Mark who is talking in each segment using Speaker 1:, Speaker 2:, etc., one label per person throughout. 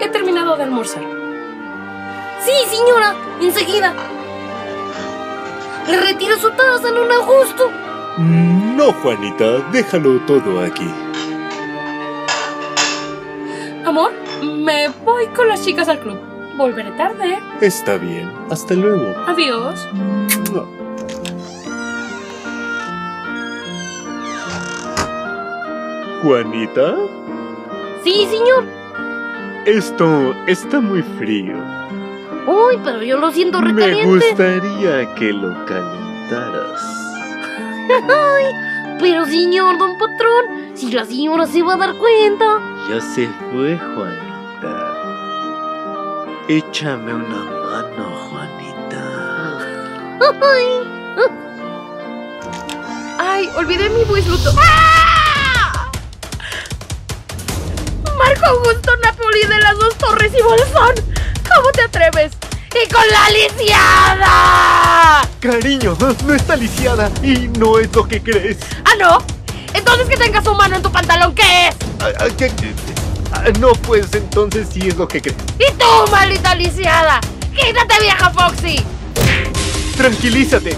Speaker 1: he terminado de almorzar.
Speaker 2: Sí, señora, enseguida. Le retiro su taza, don Augusto.
Speaker 3: No, Juanita, déjalo todo aquí.
Speaker 1: Amor, me voy con las chicas al club. Volveré tarde.
Speaker 3: Está bien, hasta luego.
Speaker 1: Adiós.
Speaker 3: Mua. Juanita,
Speaker 2: Sí, señor.
Speaker 3: esto está muy frío.
Speaker 2: Uy, pero yo lo siento
Speaker 3: Me
Speaker 2: recaliente.
Speaker 3: gustaría que lo calentaras.
Speaker 2: Pero, señor, don patrón, si la señora se va a dar cuenta.
Speaker 3: Ya se fue, Juanita. Échame una mano, Juanita.
Speaker 1: Ay, olvidé mi Luto.
Speaker 2: ¡Ah! Marco Augusto Napoli de las dos torres y Bolsón. ¿Cómo te atreves? ¡Y con la lisiada!
Speaker 3: Cariño, no está lisiada y no es lo que crees.
Speaker 2: ¿Ah, no? Entonces que tengas su mano en tu pantalón, ¿qué es?
Speaker 3: Ah, ah, ¿qué- qué- ah, No, pues entonces sí es lo que crees.
Speaker 2: ¡Y tú, maldita lisiada! ¡Quítate, vieja Foxy!
Speaker 3: Tranquilízate.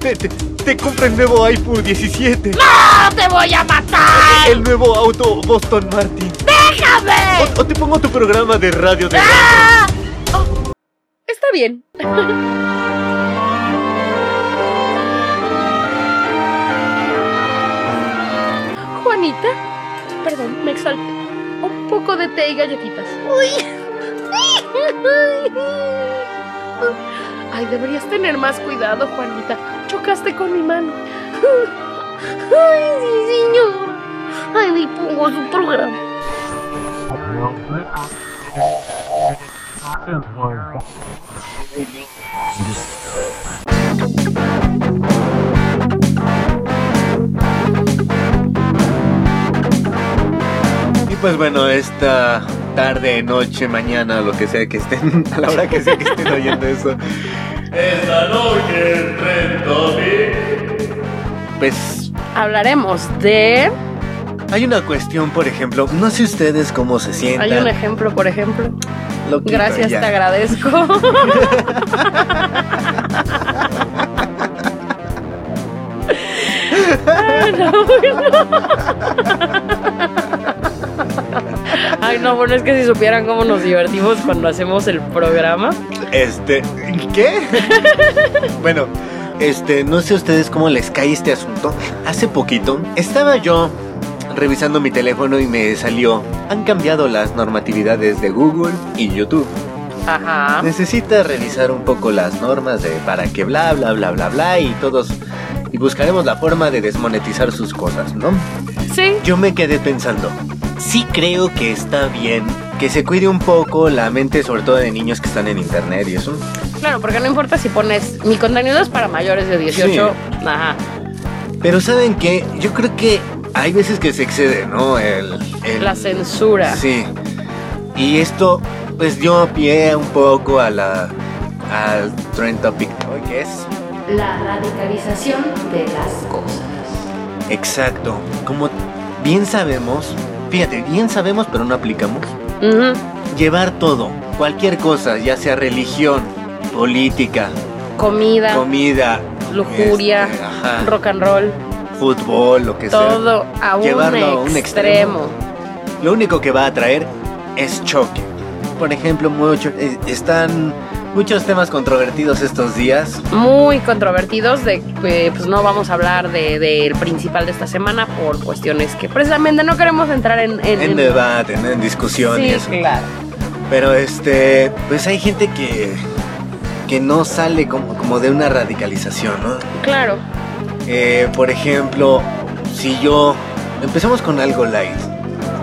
Speaker 3: Te, te- te- te compré el nuevo iPhone 17.
Speaker 2: ¡No ¡Ah, te voy a matar!
Speaker 3: El nuevo auto Boston Martin.
Speaker 2: ¡Déjame!
Speaker 3: O, o te pongo tu programa de radio de...
Speaker 2: ¡Ah!
Speaker 1: Está bien. Juanita, perdón, me exalté. Un poco de té y galletitas. Ay, deberías tener más cuidado, Juanita. Chocaste con mi mano.
Speaker 2: ¡Ay, sí, señor! ¡Ay, me pongo su programa!
Speaker 3: Y pues bueno, esta tarde, noche, mañana, lo que sea que estén, a la hora que sea que estén oyendo eso,
Speaker 4: Esta noche en Red Topic.
Speaker 3: pues
Speaker 1: Hablaremos de.
Speaker 3: hay una cuestión, por ejemplo, no sé ustedes cómo se sientan.
Speaker 1: Hay un ejemplo, por ejemplo.
Speaker 3: Lo quito
Speaker 1: Gracias,
Speaker 3: ya.
Speaker 1: te agradezco. Ay, no, bueno. Ay, no, bueno, es que si supieran cómo nos divertimos cuando hacemos el programa.
Speaker 3: Este, ¿qué? bueno, este, no sé ustedes cómo les cae este asunto. Hace poquito estaba yo revisando mi teléfono y me salió, han cambiado las normatividades de Google y YouTube.
Speaker 1: Ajá.
Speaker 3: Necesita revisar un poco las normas de para que bla bla bla bla bla y todos y buscaremos la forma de desmonetizar sus cosas, ¿no?
Speaker 1: Sí.
Speaker 3: Yo me quedé pensando, sí creo que está bien que se cuide un poco la mente sobre todo de niños que están en internet y eso.
Speaker 1: Claro, porque no importa si pones mi contenido es para mayores de 18. Ajá.
Speaker 3: Pero ¿saben qué? Yo creo que hay veces que se excede, ¿no? El, el-
Speaker 1: La censura.
Speaker 3: Sí. Y esto pues dio pie un poco a la al trend topic de hoy, que es
Speaker 5: La radicalización de las cosas.
Speaker 3: Exacto. Como bien sabemos, fíjate, bien sabemos, pero no aplicamos.
Speaker 1: Ujú.
Speaker 3: Llevar todo, cualquier cosa, ya sea religión, política,
Speaker 1: Comida,
Speaker 3: comida,
Speaker 1: lujuria,
Speaker 3: este, ajá,
Speaker 1: rock and roll,
Speaker 3: fútbol, lo que sea.
Speaker 1: todo a un,
Speaker 3: llevarlo a un
Speaker 1: extremo.
Speaker 3: extremo. Lo único que va a traer es choque. Por ejemplo, mucho- eh, están muchos temas controvertidos estos días.
Speaker 1: muy controvertidos de que pues no vamos a hablar de- del principal de esta semana por cuestiones que precisamente no queremos entrar en, en,
Speaker 3: En
Speaker 1: en-
Speaker 3: debate, ¿no? en discusión y
Speaker 1: Sí,
Speaker 3: eso.
Speaker 1: claro.
Speaker 3: Pero este, pues hay gente que, que no sale como, como de una radicalización, ¿no?
Speaker 1: Claro.
Speaker 3: Eh, por ejemplo, si yo. Empezamos con algo light.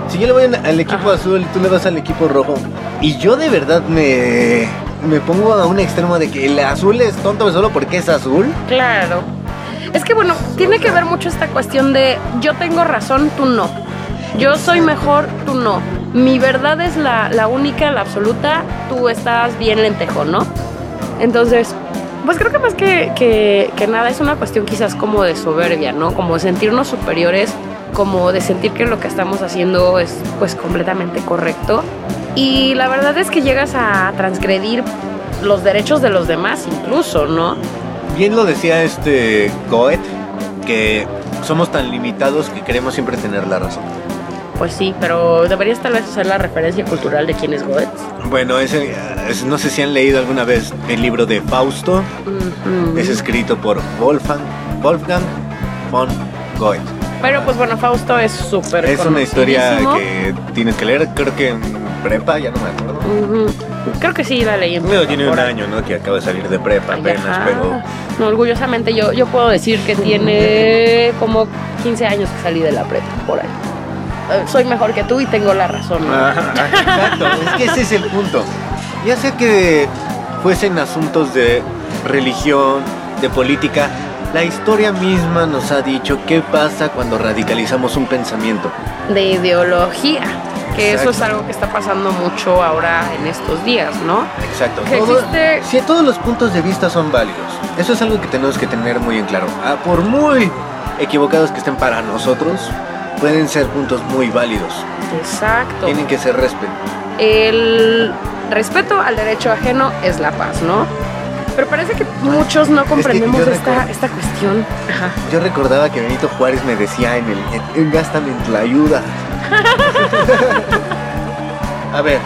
Speaker 3: Si yo le voy al- al equipo
Speaker 1: Ajá.
Speaker 3: azul y tú le vas al equipo rojo, y yo de verdad me. Me pongo a un extremo de que el azul es tonto solo porque es azul.
Speaker 1: Claro. Es que bueno, tiene que ver mucho esta cuestión de yo tengo razón, tú no. Yo soy mejor, tú no. Mi verdad es la, la única, la absoluta, tú estás bien lentejo, ¿no? Entonces, pues creo que más que, que- que nada es una cuestión quizás como de soberbia, ¿no? Como de sentirnos superiores, como de sentir que lo que estamos haciendo es pues completamente correcto Y la verdad es que llegas a transgredir los derechos de los demás incluso, ¿no?
Speaker 3: Bien lo decía este Goethe, que somos tan limitados que queremos siempre tener la razón.
Speaker 1: Pues sí, pero deberías tal vez hacer la referencia cultural de quién es Goethe.
Speaker 3: Bueno, ese, es- no sé si han leído alguna vez el libro de Fausto,
Speaker 1: Ujú.
Speaker 3: es escrito por Wolfgang, Wolfgang von Goethe.
Speaker 1: Pero pues bueno, Fausto es súper
Speaker 3: Es una historia
Speaker 1: conocidísimo.
Speaker 3: que tienes que leer, creo que en prepa, ya no me acuerdo.
Speaker 1: Ujú. Creo que sí la leí. en
Speaker 3: Bueno, tiene un
Speaker 1: Pandora.
Speaker 3: año, ¿no? Que acabo de salir de prepa
Speaker 1: Ay,
Speaker 3: apenas,
Speaker 1: ajá.
Speaker 3: pero
Speaker 1: No, orgullosamente yo, yo puedo decir que tiene como 15 años que salí de la prepa, por ahí. Eh, Soy mejor que tú y tengo la razón. ¿no?
Speaker 3: Ajá, Exacto, es que ese es el punto. Ya sea que fuesen asuntos de religión, de política, la historia misma nos ha dicho qué pasa cuando radicalizamos un pensamiento.
Speaker 1: De ideología. Que eso es
Speaker 3: Exacto.
Speaker 1: algo que está pasando mucho ahora en estos días, ¿no?
Speaker 3: Exacto.
Speaker 1: Que existe-
Speaker 3: Si todos los puntos de vista son válidos, eso es algo que tenemos que tener muy en claro. Ah, por muy equivocados que estén para nosotros, pueden ser puntos muy válidos.
Speaker 1: Exacto.
Speaker 3: Tienen que ser respetados.
Speaker 1: El respeto al derecho ajeno es la paz, ¿no? Pero parece que muchos no comprendemos
Speaker 3: yo
Speaker 1: esta,
Speaker 3: recuerdo-
Speaker 1: esta cuestión. Ajá.
Speaker 3: Yo recordaba que Benito Juárez me decía en el en, en Gástame en la ayuda. a ver,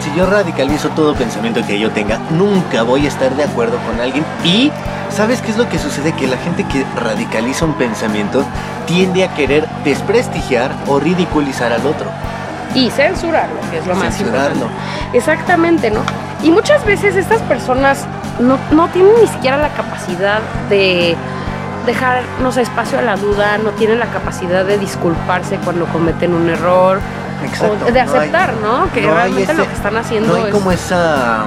Speaker 3: si yo radicalizo todo pensamiento que yo tenga, nunca voy a estar de acuerdo con alguien. Y, ¿sabes qué es lo que sucede? Que la gente que radicaliza un pensamiento tiende a querer desprestigiar o ridiculizar al otro.
Speaker 1: Y censurarlo, que es lo más
Speaker 3: Censurarlo.
Speaker 1: importante. Exactamente, ¿no? Y muchas veces estas personas no, no tienen ni siquiera la capacidad de dejarnos espacio a la duda, no tienen la capacidad de disculparse cuando cometen un error,
Speaker 3: Exacto.
Speaker 1: o de
Speaker 3: no hay-
Speaker 1: aceptar, ¿no? Que
Speaker 3: no hay
Speaker 1: realmente
Speaker 3: ese-
Speaker 1: lo que están haciendo
Speaker 3: No hay
Speaker 1: es...
Speaker 3: como esa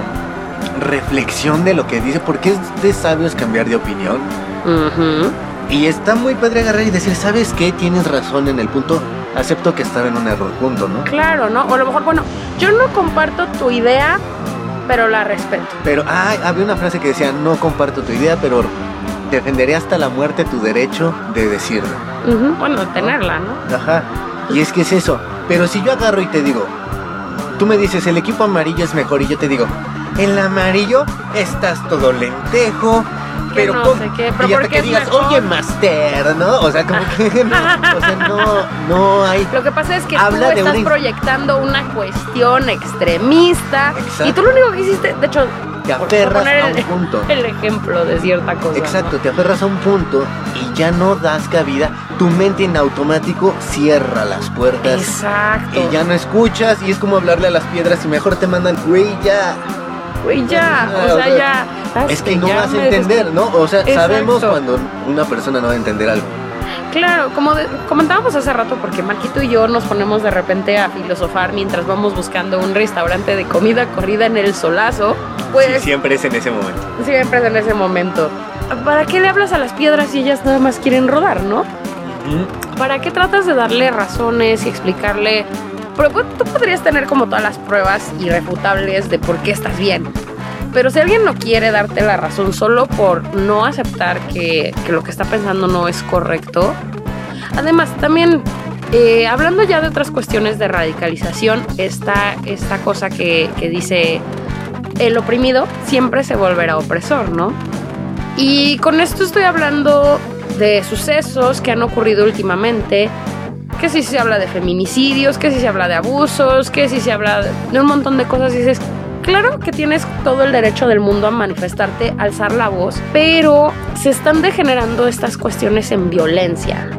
Speaker 3: reflexión de lo que dice, porque es de sabios cambiar de opinión.
Speaker 1: Ujú.
Speaker 3: Y está muy padre agarrar y decir, ¿sabes qué? Tienes razón en el punto. Acepto que estar en un error, punto, ¿no?
Speaker 1: Claro, ¿no? O a lo mejor, bueno, yo no comparto tu idea, pero la respeto.
Speaker 3: Pero ah, había una frase que decía, no comparto tu idea, pero defenderé hasta la muerte tu derecho de decirlo.
Speaker 1: Ujú, Bueno, tenerla, ¿no?
Speaker 3: Ajá. Y es que es eso. Pero si yo agarro y te digo, tú me dices, el equipo amarillo es mejor y yo te digo, el amarillo estás todo lentejo.
Speaker 1: Que
Speaker 3: Pero
Speaker 1: no
Speaker 3: ¿cómo?"
Speaker 1: sé qué, pero
Speaker 3: y hasta
Speaker 1: porque
Speaker 3: que
Speaker 1: es
Speaker 3: digas,
Speaker 1: mejor.
Speaker 3: oye, master, ¿no? O sea, como que no, o sea, no, no hay
Speaker 1: Lo que pasa es que
Speaker 3: Habla
Speaker 1: tú
Speaker 3: de
Speaker 1: estás
Speaker 3: una-
Speaker 1: proyectando una cuestión extremista
Speaker 3: Exacto.
Speaker 1: y tú lo único que hiciste, de hecho,
Speaker 3: te
Speaker 1: por
Speaker 3: aferras
Speaker 1: poner
Speaker 3: a
Speaker 1: el-
Speaker 3: un punto.
Speaker 1: el ejemplo de cierta cosa.
Speaker 3: Exacto, te aferras a un punto y ya no das cabida. Tu mente en automático cierra las
Speaker 1: ¿no?
Speaker 3: puertas
Speaker 1: Exacto.
Speaker 3: y ya no escuchas. Y es como hablarle a las piedras y mejor te mandan, güey, ya.
Speaker 1: Güey, ya,
Speaker 3: Ah,
Speaker 1: o sea,
Speaker 3: o sea,
Speaker 1: ya. sabes
Speaker 3: Es que no
Speaker 1: ya
Speaker 3: vas
Speaker 1: me
Speaker 3: a entender, ¿no? O sea,
Speaker 1: Exacto.
Speaker 3: sabemos cuando una persona no va a entender algo.
Speaker 1: Claro, como de- comentábamos hace rato, porque Marquito y yo nos ponemos de repente a filosofar mientras vamos buscando un restaurante de comida corrida en el solazo, pues
Speaker 3: siempre es en ese momento.
Speaker 1: siempre es en ese momento. ¿Para qué le hablas a las piedras si ellas nada más quieren rodar, no? ¿Para qué tratas de darle razones y explicarle? Pero pues, tú podrías tener como todas las pruebas irrefutables de por qué estás bien. Pero si alguien no quiere darte la razón solo por no aceptar que, que lo que está pensando no es correcto. Además, también eh, hablando ya de otras cuestiones de radicalización, está esta cosa que, que dice el oprimido siempre se volverá opresor, ¿no? Y con esto estoy hablando de sucesos que han ocurrido últimamente, que si se habla de feminicidios, que si se habla de abusos, que si se habla de un montón de cosas y dices, claro que tienes todo el derecho del mundo a manifestarte, alzar la voz, pero se están degenerando estas cuestiones en violencia.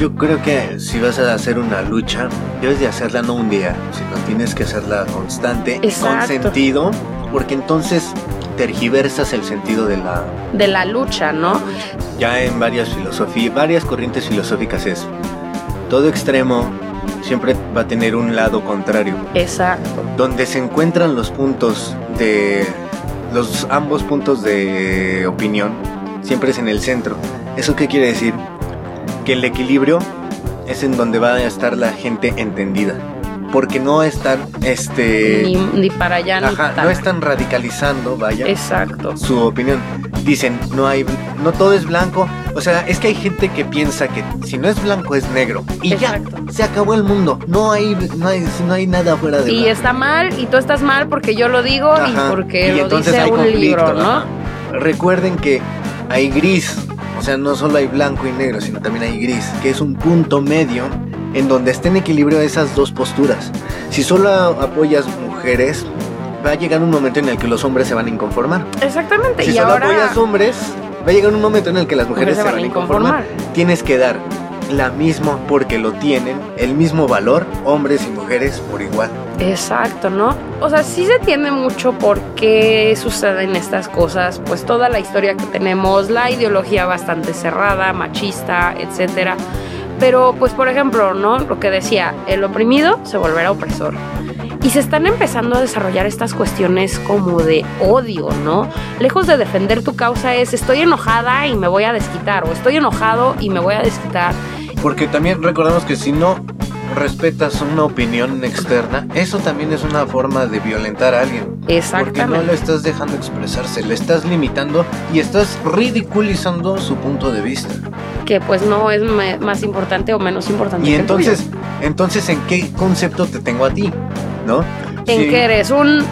Speaker 3: Yo creo que si vas a hacer una lucha, debes de hacerla no un día, sino tienes que hacerla constante, y con
Speaker 1: Exacto.
Speaker 3: sentido, porque entonces tergiversas el sentido de la
Speaker 1: De la lucha, ¿no?
Speaker 3: ya en varias filosofías, varias corrientes filosóficas es todo extremo siempre va a tener un lado contrario,
Speaker 1: Exacto.
Speaker 3: donde se encuentran los puntos de los ambos puntos de opinión siempre es en el centro. ¿Eso qué quiere decir? Que el equilibrio es en donde va a estar la gente entendida. porque no están,
Speaker 1: ni,
Speaker 3: este,
Speaker 1: ni para allá ni
Speaker 3: ajá,
Speaker 1: para
Speaker 3: no están radicalizando, vaya,
Speaker 1: Exacto.
Speaker 3: su opinión. Dicen, no hay, no todo es blanco. O sea, es que hay gente que piensa que si no es blanco es negro y
Speaker 1: Exacto.
Speaker 3: ya se acabó el mundo. No hay, no hay, no hay nada fuera de.
Speaker 1: Y
Speaker 3: blanco.
Speaker 1: está mal y tú estás mal porque yo lo digo
Speaker 3: Ajá.
Speaker 1: y porque
Speaker 3: Y
Speaker 1: lo dice un libro, ¿no?
Speaker 3: ajá. Recuerden que hay gris, o sea, no solo hay blanco y negro, sino también hay gris, que es un punto medio en donde esté en equilibrio esas dos posturas. Si solo apoyas mujeres, va a llegar un momento en el que los hombres se van a inconformar.
Speaker 1: Exactamente.
Speaker 3: Si
Speaker 1: y
Speaker 3: solo
Speaker 1: ahora
Speaker 3: apoyas hombres, va a llegar un momento en el que las mujeres se van a inconformar. Tienes que dar la misma porque lo tienen, el mismo valor, hombres y mujeres por igual.
Speaker 1: Exacto, ¿no? O sea, sí se tiene mucho por qué suceden estas cosas, pues toda la historia que tenemos, la ideología bastante cerrada, machista, etcétera. Pero, pues, por ejemplo, ¿no? Lo que decía, el oprimido se volverá opresor. Y se están empezando a desarrollar estas cuestiones como de odio, ¿no? Lejos de defender tu causa es estoy enojada y me voy a desquitar, o estoy enojado y me voy a desquitar.
Speaker 3: Porque también recordemos que si no respetas una opinión externa, eso también es una forma de violentar a alguien. Porque no
Speaker 1: Exactamente.
Speaker 3: lo estás dejando expresarse, le estás limitando y estás ridiculizando su punto de vista.
Speaker 1: Que pues no es me- más importante o menos importante.
Speaker 3: Y
Speaker 1: que el tuyo.
Speaker 3: entonces, entonces ¿en qué concepto te tengo a ti? ¿No?
Speaker 1: en
Speaker 3: Si-
Speaker 1: que eres un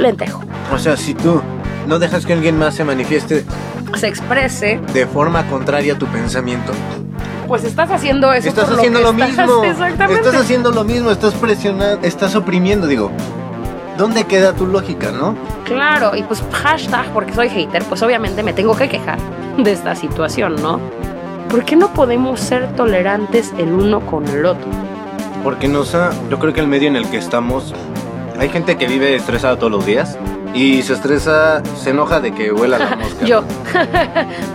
Speaker 1: lentejo.
Speaker 3: O sea, si tú no dejas que alguien más se manifieste
Speaker 1: Se exprese,
Speaker 3: de forma contraria a tu pensamiento,
Speaker 1: pues estás haciendo eso.
Speaker 3: estás
Speaker 1: por
Speaker 3: haciendo
Speaker 1: que
Speaker 3: lo,
Speaker 1: estás-
Speaker 3: mismo.
Speaker 1: Exactamente.
Speaker 3: Estás haciendo lo mismo, estás presionando, estás oprimiendo, digo. ¿Dónde queda tu lógica, no?
Speaker 1: Claro, y pues hashtag, porque soy hater, pues obviamente me tengo que quejar de esta situación, ¿no? ¿Por qué no podemos ser tolerantes el uno con el otro?
Speaker 3: Porque nos ha, yo creo que el medio en el que estamos, hay gente que vive estresada todos los días y se estresa, se enoja de que huela la mosca.
Speaker 1: Yo,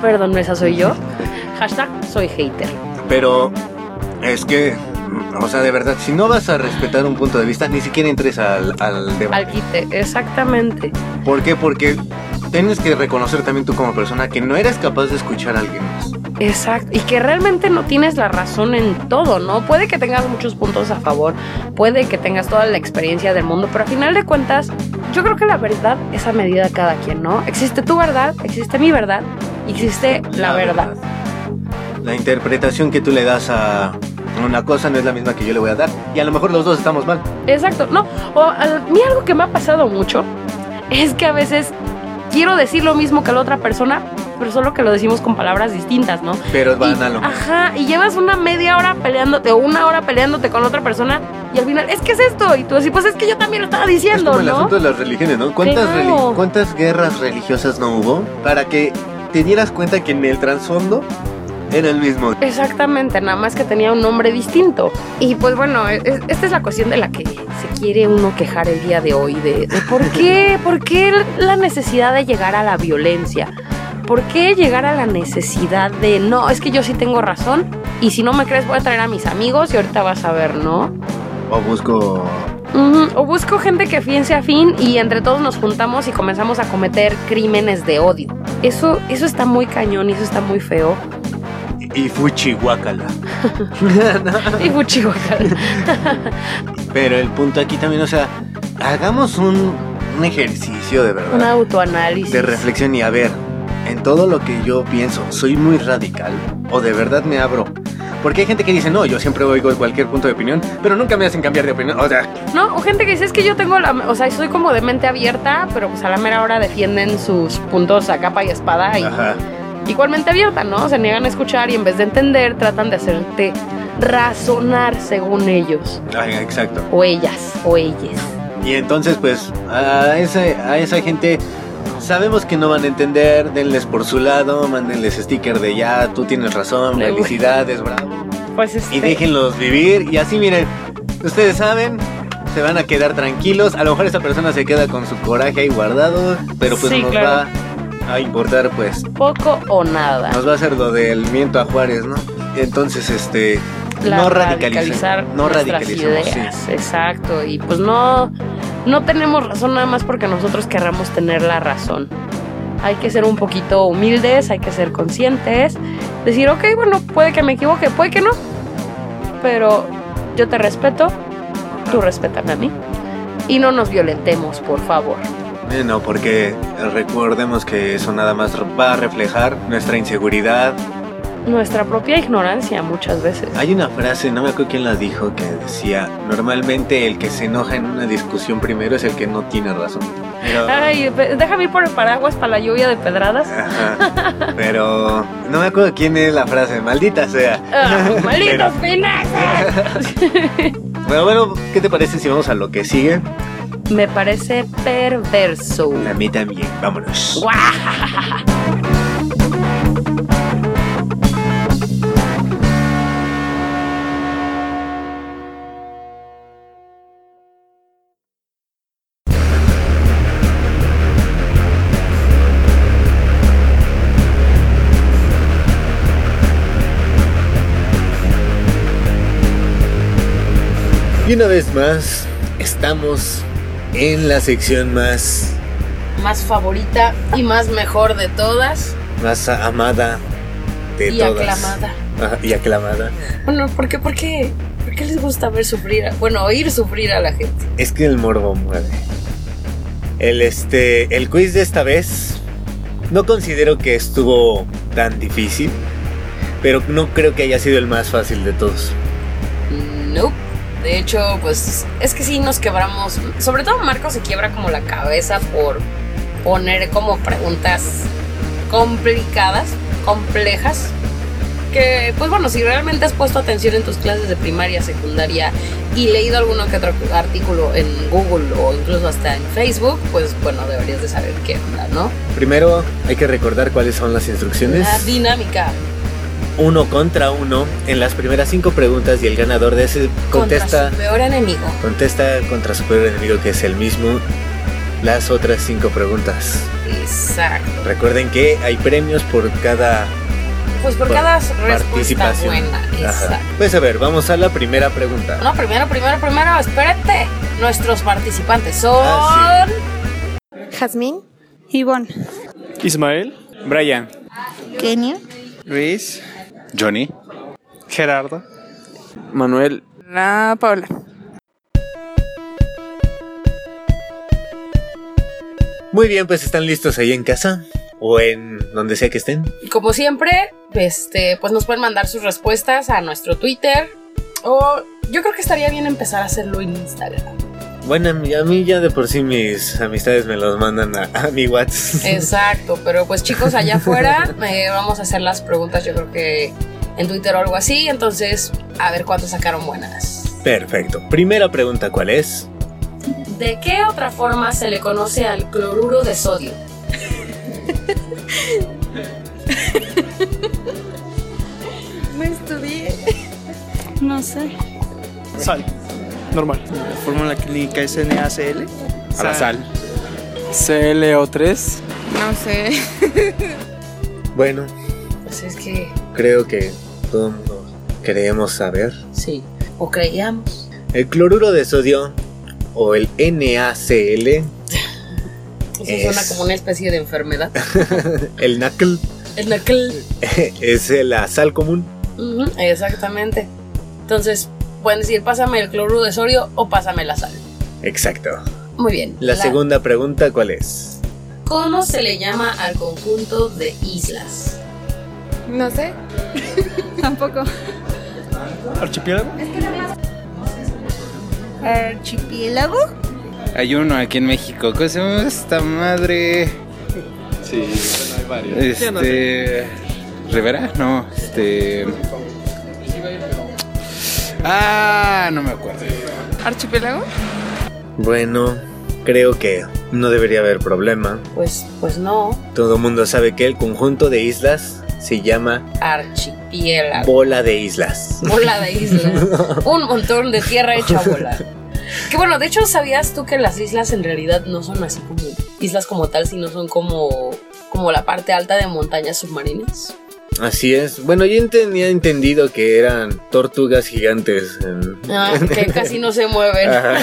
Speaker 1: perdón, esa soy yo. Hashtag soy hater.
Speaker 3: Pero es que, mm, o sea, de verdad, si no vas a respetar un punto de vista, ni siquiera entres al, al
Speaker 1: Al
Speaker 3: debate.
Speaker 1: quite, exactamente.
Speaker 3: ¿Por qué? Porque tienes que reconocer también tú como persona que no eres capaz de escuchar a alguien más.
Speaker 1: Exacto. Y que realmente no tienes la razón en todo, ¿no? Puede que tengas muchos puntos a favor, puede que tengas toda la experiencia del mundo, pero al final de cuentas, yo creo que la verdad es a medida de cada quien, ¿no? Existe tu verdad, existe mi verdad, y existe la, verdad.
Speaker 3: La interpretación que tú le das a una cosa no es la misma que yo le voy a dar. Y a lo mejor los dos estamos mal.
Speaker 1: Exacto. No, o a mí algo que me ha pasado mucho es que a veces quiero decir lo mismo que la otra persona, pero solo que lo decimos con palabras distintas, ¿no?
Speaker 3: Pero van
Speaker 1: Y-
Speaker 3: a lo
Speaker 1: Ajá, y llevas una media hora peleándote o una hora peleándote con otra persona y al final, es que es esto. Y tú así, pues es que yo también lo estaba
Speaker 3: Es
Speaker 1: diciendo,
Speaker 3: como el
Speaker 1: ¿no?
Speaker 3: asunto de las religiones, ¿no? ¿Cuántas,
Speaker 1: Claro.
Speaker 3: reli- ¿Cuántas guerras religiosas no hubo para que te dieras cuenta que en el trasfondo era el mismo?
Speaker 1: Eh. Exactamente, nada más que tenía un nombre distinto. Y pues bueno, es- esta es la cuestión de la que se quiere uno quejar el día de hoy, de, de por qué, por qué la necesidad de llegar a la violencia, por qué llegar a la necesidad de, no, es que yo sí tengo razón y si no me crees voy a traer a mis amigos y ahorita vas a ver, ¿no?
Speaker 3: O busco...
Speaker 1: Ujú, O busco gente que fin sea fin y entre todos nos juntamos y comenzamos a cometer crímenes de odio. Eso, eso está muy cañón y eso está muy feo.
Speaker 3: Y fuchihuacala.
Speaker 1: Y fuchihuacán.
Speaker 3: Pero el punto aquí también, o sea, hagamos un, un ejercicio de
Speaker 1: Un
Speaker 3: verdad,
Speaker 1: autoanálisis.
Speaker 3: de reflexión y a ver, en todo lo que yo pienso, ¿soy muy radical o de verdad me abro? Porque hay gente que dice, no, yo siempre oigo cualquier punto de opinión, pero nunca me hacen cambiar de opinión. O sea,
Speaker 1: No, o gente que dice es que yo tengo la, o sea, soy como de mente abierta, pero pues a la mera hora defienden sus puntos a capa y espada y
Speaker 3: ajá.
Speaker 1: igualmente abierta, ¿no? Se niegan a escuchar y en vez de entender tratan de hacerte razonar según ellos
Speaker 3: Ajá, exacto.
Speaker 1: o ellas o ellas.
Speaker 3: Y entonces, pues, a esa, a esa gente sabemos que no van a entender, denles por su lado, mándenles sticker de ya, tú tienes razón,
Speaker 1: Me gusta.
Speaker 3: felicidades, bravo.
Speaker 1: Pues este,
Speaker 3: Y déjenlos vivir. Y así, miren, ustedes saben, se van a quedar tranquilos. A lo mejor esta persona se queda con su coraje ahí guardado, pero pues
Speaker 1: Sí,
Speaker 3: nos
Speaker 1: claro.
Speaker 3: va a importar, pues,
Speaker 1: poco o nada.
Speaker 3: nos va a hacer lo del miento a Juárez, ¿no? Entonces, este,
Speaker 1: la-
Speaker 3: no
Speaker 1: radicalizar
Speaker 3: radicalizar, no
Speaker 1: nuestras
Speaker 3: radicalicemos, sí.
Speaker 1: ideas. Exacto. Y pues no, no tenemos razón nada más porque nosotros querramos tener la razón. Hay que ser un poquito humildes, hay que ser conscientes, decir, ok, bueno, puede que me equivoque, puede que no, pero yo te respeto, tú respétame a mí. Y no nos violentemos, por favor.
Speaker 3: Eh, No, porque recordemos que eso nada más va a reflejar nuestra inseguridad.
Speaker 1: Nuestra propia ignorancia muchas veces.
Speaker 3: Hay una frase, no me acuerdo quién la dijo, que decía, normalmente el que se enoja en una discusión primero es el que no tiene razón. Pero,
Speaker 1: Ay, ve- déjame ir por el paraguas para la lluvia de pedradas.
Speaker 3: Ajá. pero no me acuerdo quién es la frase, maldita sea.
Speaker 1: Ah, ¡Malditos
Speaker 3: Pero-
Speaker 1: fineses!
Speaker 3: Bueno, bueno, ¿qué te parece si vamos a lo que sigue?
Speaker 1: Me parece perverso.
Speaker 3: A mí también, vámonos.
Speaker 1: ¡Guau!
Speaker 3: Y una vez más, estamos en la sección más,
Speaker 1: Más favorita y más mejor de todas
Speaker 3: más amada de
Speaker 1: y
Speaker 3: todas.
Speaker 1: aclamada.
Speaker 3: Ajá, y aclamada.
Speaker 1: Bueno, ¿por qué, por qué? ¿Por qué les gusta ver sufrir? a- bueno, oír sufrir a la gente.
Speaker 3: Es que el morbo mueve. El, este, el quiz de esta vez no considero que estuvo tan difícil, pero no creo que haya sido el más fácil de todos.
Speaker 1: No. De hecho, pues es que sí nos quebramos. Sobre todo Marco se quiebra como la cabeza por poner como preguntas complicadas, complejas. Que, pues bueno, si realmente has puesto atención en tus clases de primaria, secundaria y leído alguno que otro artículo en Google o incluso hasta en Facebook, pues bueno, deberías de saber qué onda, ¿no?
Speaker 3: Primero hay que recordar cuáles son las instrucciones.
Speaker 1: La dinámica.
Speaker 3: Uno contra uno en las primeras cinco preguntas y el ganador de ese
Speaker 1: Contra
Speaker 3: contesta...
Speaker 1: su peor enemigo.
Speaker 3: Contesta contra su peor enemigo que es el mismo las otras cinco preguntas.
Speaker 1: Exacto.
Speaker 3: Recuerden que hay premios por cada
Speaker 1: Pues por
Speaker 3: Por
Speaker 1: cada respuesta
Speaker 3: participación.
Speaker 1: buena.
Speaker 3: Ajá.
Speaker 1: Exacto.
Speaker 3: Pues a ver, vamos a la primera pregunta.
Speaker 1: No, primero, primero, primero, espérate. Nuestros participantes son.
Speaker 3: Ah,
Speaker 6: Jazmín. Ivonne.
Speaker 7: Ismael,
Speaker 8: Brian.
Speaker 6: Kenia.
Speaker 8: Luis.
Speaker 7: Johnny, Gerardo.
Speaker 8: Manuel.
Speaker 9: La Paola.
Speaker 3: Muy bien, pues están listos ahí en casa o en donde sea que estén.
Speaker 1: Como siempre, este, pues nos pueden mandar sus respuestas a nuestro Twitter. O yo creo que estaría bien empezar a hacerlo en Instagram.
Speaker 3: Bueno, a mí- a mí ya de por sí mis amistades me los mandan a, a mi WhatsApp.
Speaker 1: Exacto, pero pues chicos, allá afuera eh, vamos a hacer las preguntas, yo creo que en Twitter o algo así. Entonces, a ver cuántas sacaron buenas.
Speaker 3: Perfecto. Primera pregunta, ¿cuál es?
Speaker 1: ¿De qué otra forma se le conoce al cloruro de sodio?
Speaker 6: No estudié. No sé.
Speaker 7: Sal. Normal.
Speaker 8: La fórmula clínica es NaCl.
Speaker 7: A la sal.
Speaker 8: ClO3.
Speaker 9: No sé.
Speaker 3: Bueno,
Speaker 1: Pues es que
Speaker 3: creo que todo el mundo queremos saber.
Speaker 1: sí, o creíamos.
Speaker 3: El cloruro de sodio o el NaCl,
Speaker 1: Eso
Speaker 3: Es-
Speaker 1: suena como una especie de enfermedad.
Speaker 3: el NACL,
Speaker 1: Es la cl-
Speaker 3: es la sal común.
Speaker 1: Ujú, Exactamente. Entonces, pueden decir, pásame el cloruro de sodio o pásame la sal.
Speaker 3: Exacto.
Speaker 1: Muy bien.
Speaker 3: La, segunda pregunta, ¿cuál es?
Speaker 1: ¿Cómo se le llama al conjunto de islas?
Speaker 9: No sé.
Speaker 6: Tampoco.
Speaker 7: Archipiélago.
Speaker 6: Archipiélago.
Speaker 10: Hay uno aquí en México. ¿Cómo se llama esta madre?
Speaker 7: Sí, hay varios.
Speaker 10: Este. Rivera, no, este. Ah, no me acuerdo.
Speaker 9: ¿Archipiélago?
Speaker 3: Bueno, creo que no debería haber problema.
Speaker 1: Pues, pues no,
Speaker 3: Todo el mundo sabe que el conjunto de islas se llama
Speaker 1: archipiélago.
Speaker 3: bola de islas.
Speaker 1: Bola de islas. Un montón de tierra hecha bola. Que bueno, de hecho, ¿sabías tú que las islas en realidad no son así como islas como tal, sino son como, como la parte alta de montañas submarinas?
Speaker 3: Así es. Bueno, yo tenía entendido que eran tortugas gigantes. en-
Speaker 1: Ah, que casi no se mueven.
Speaker 3: Ajá.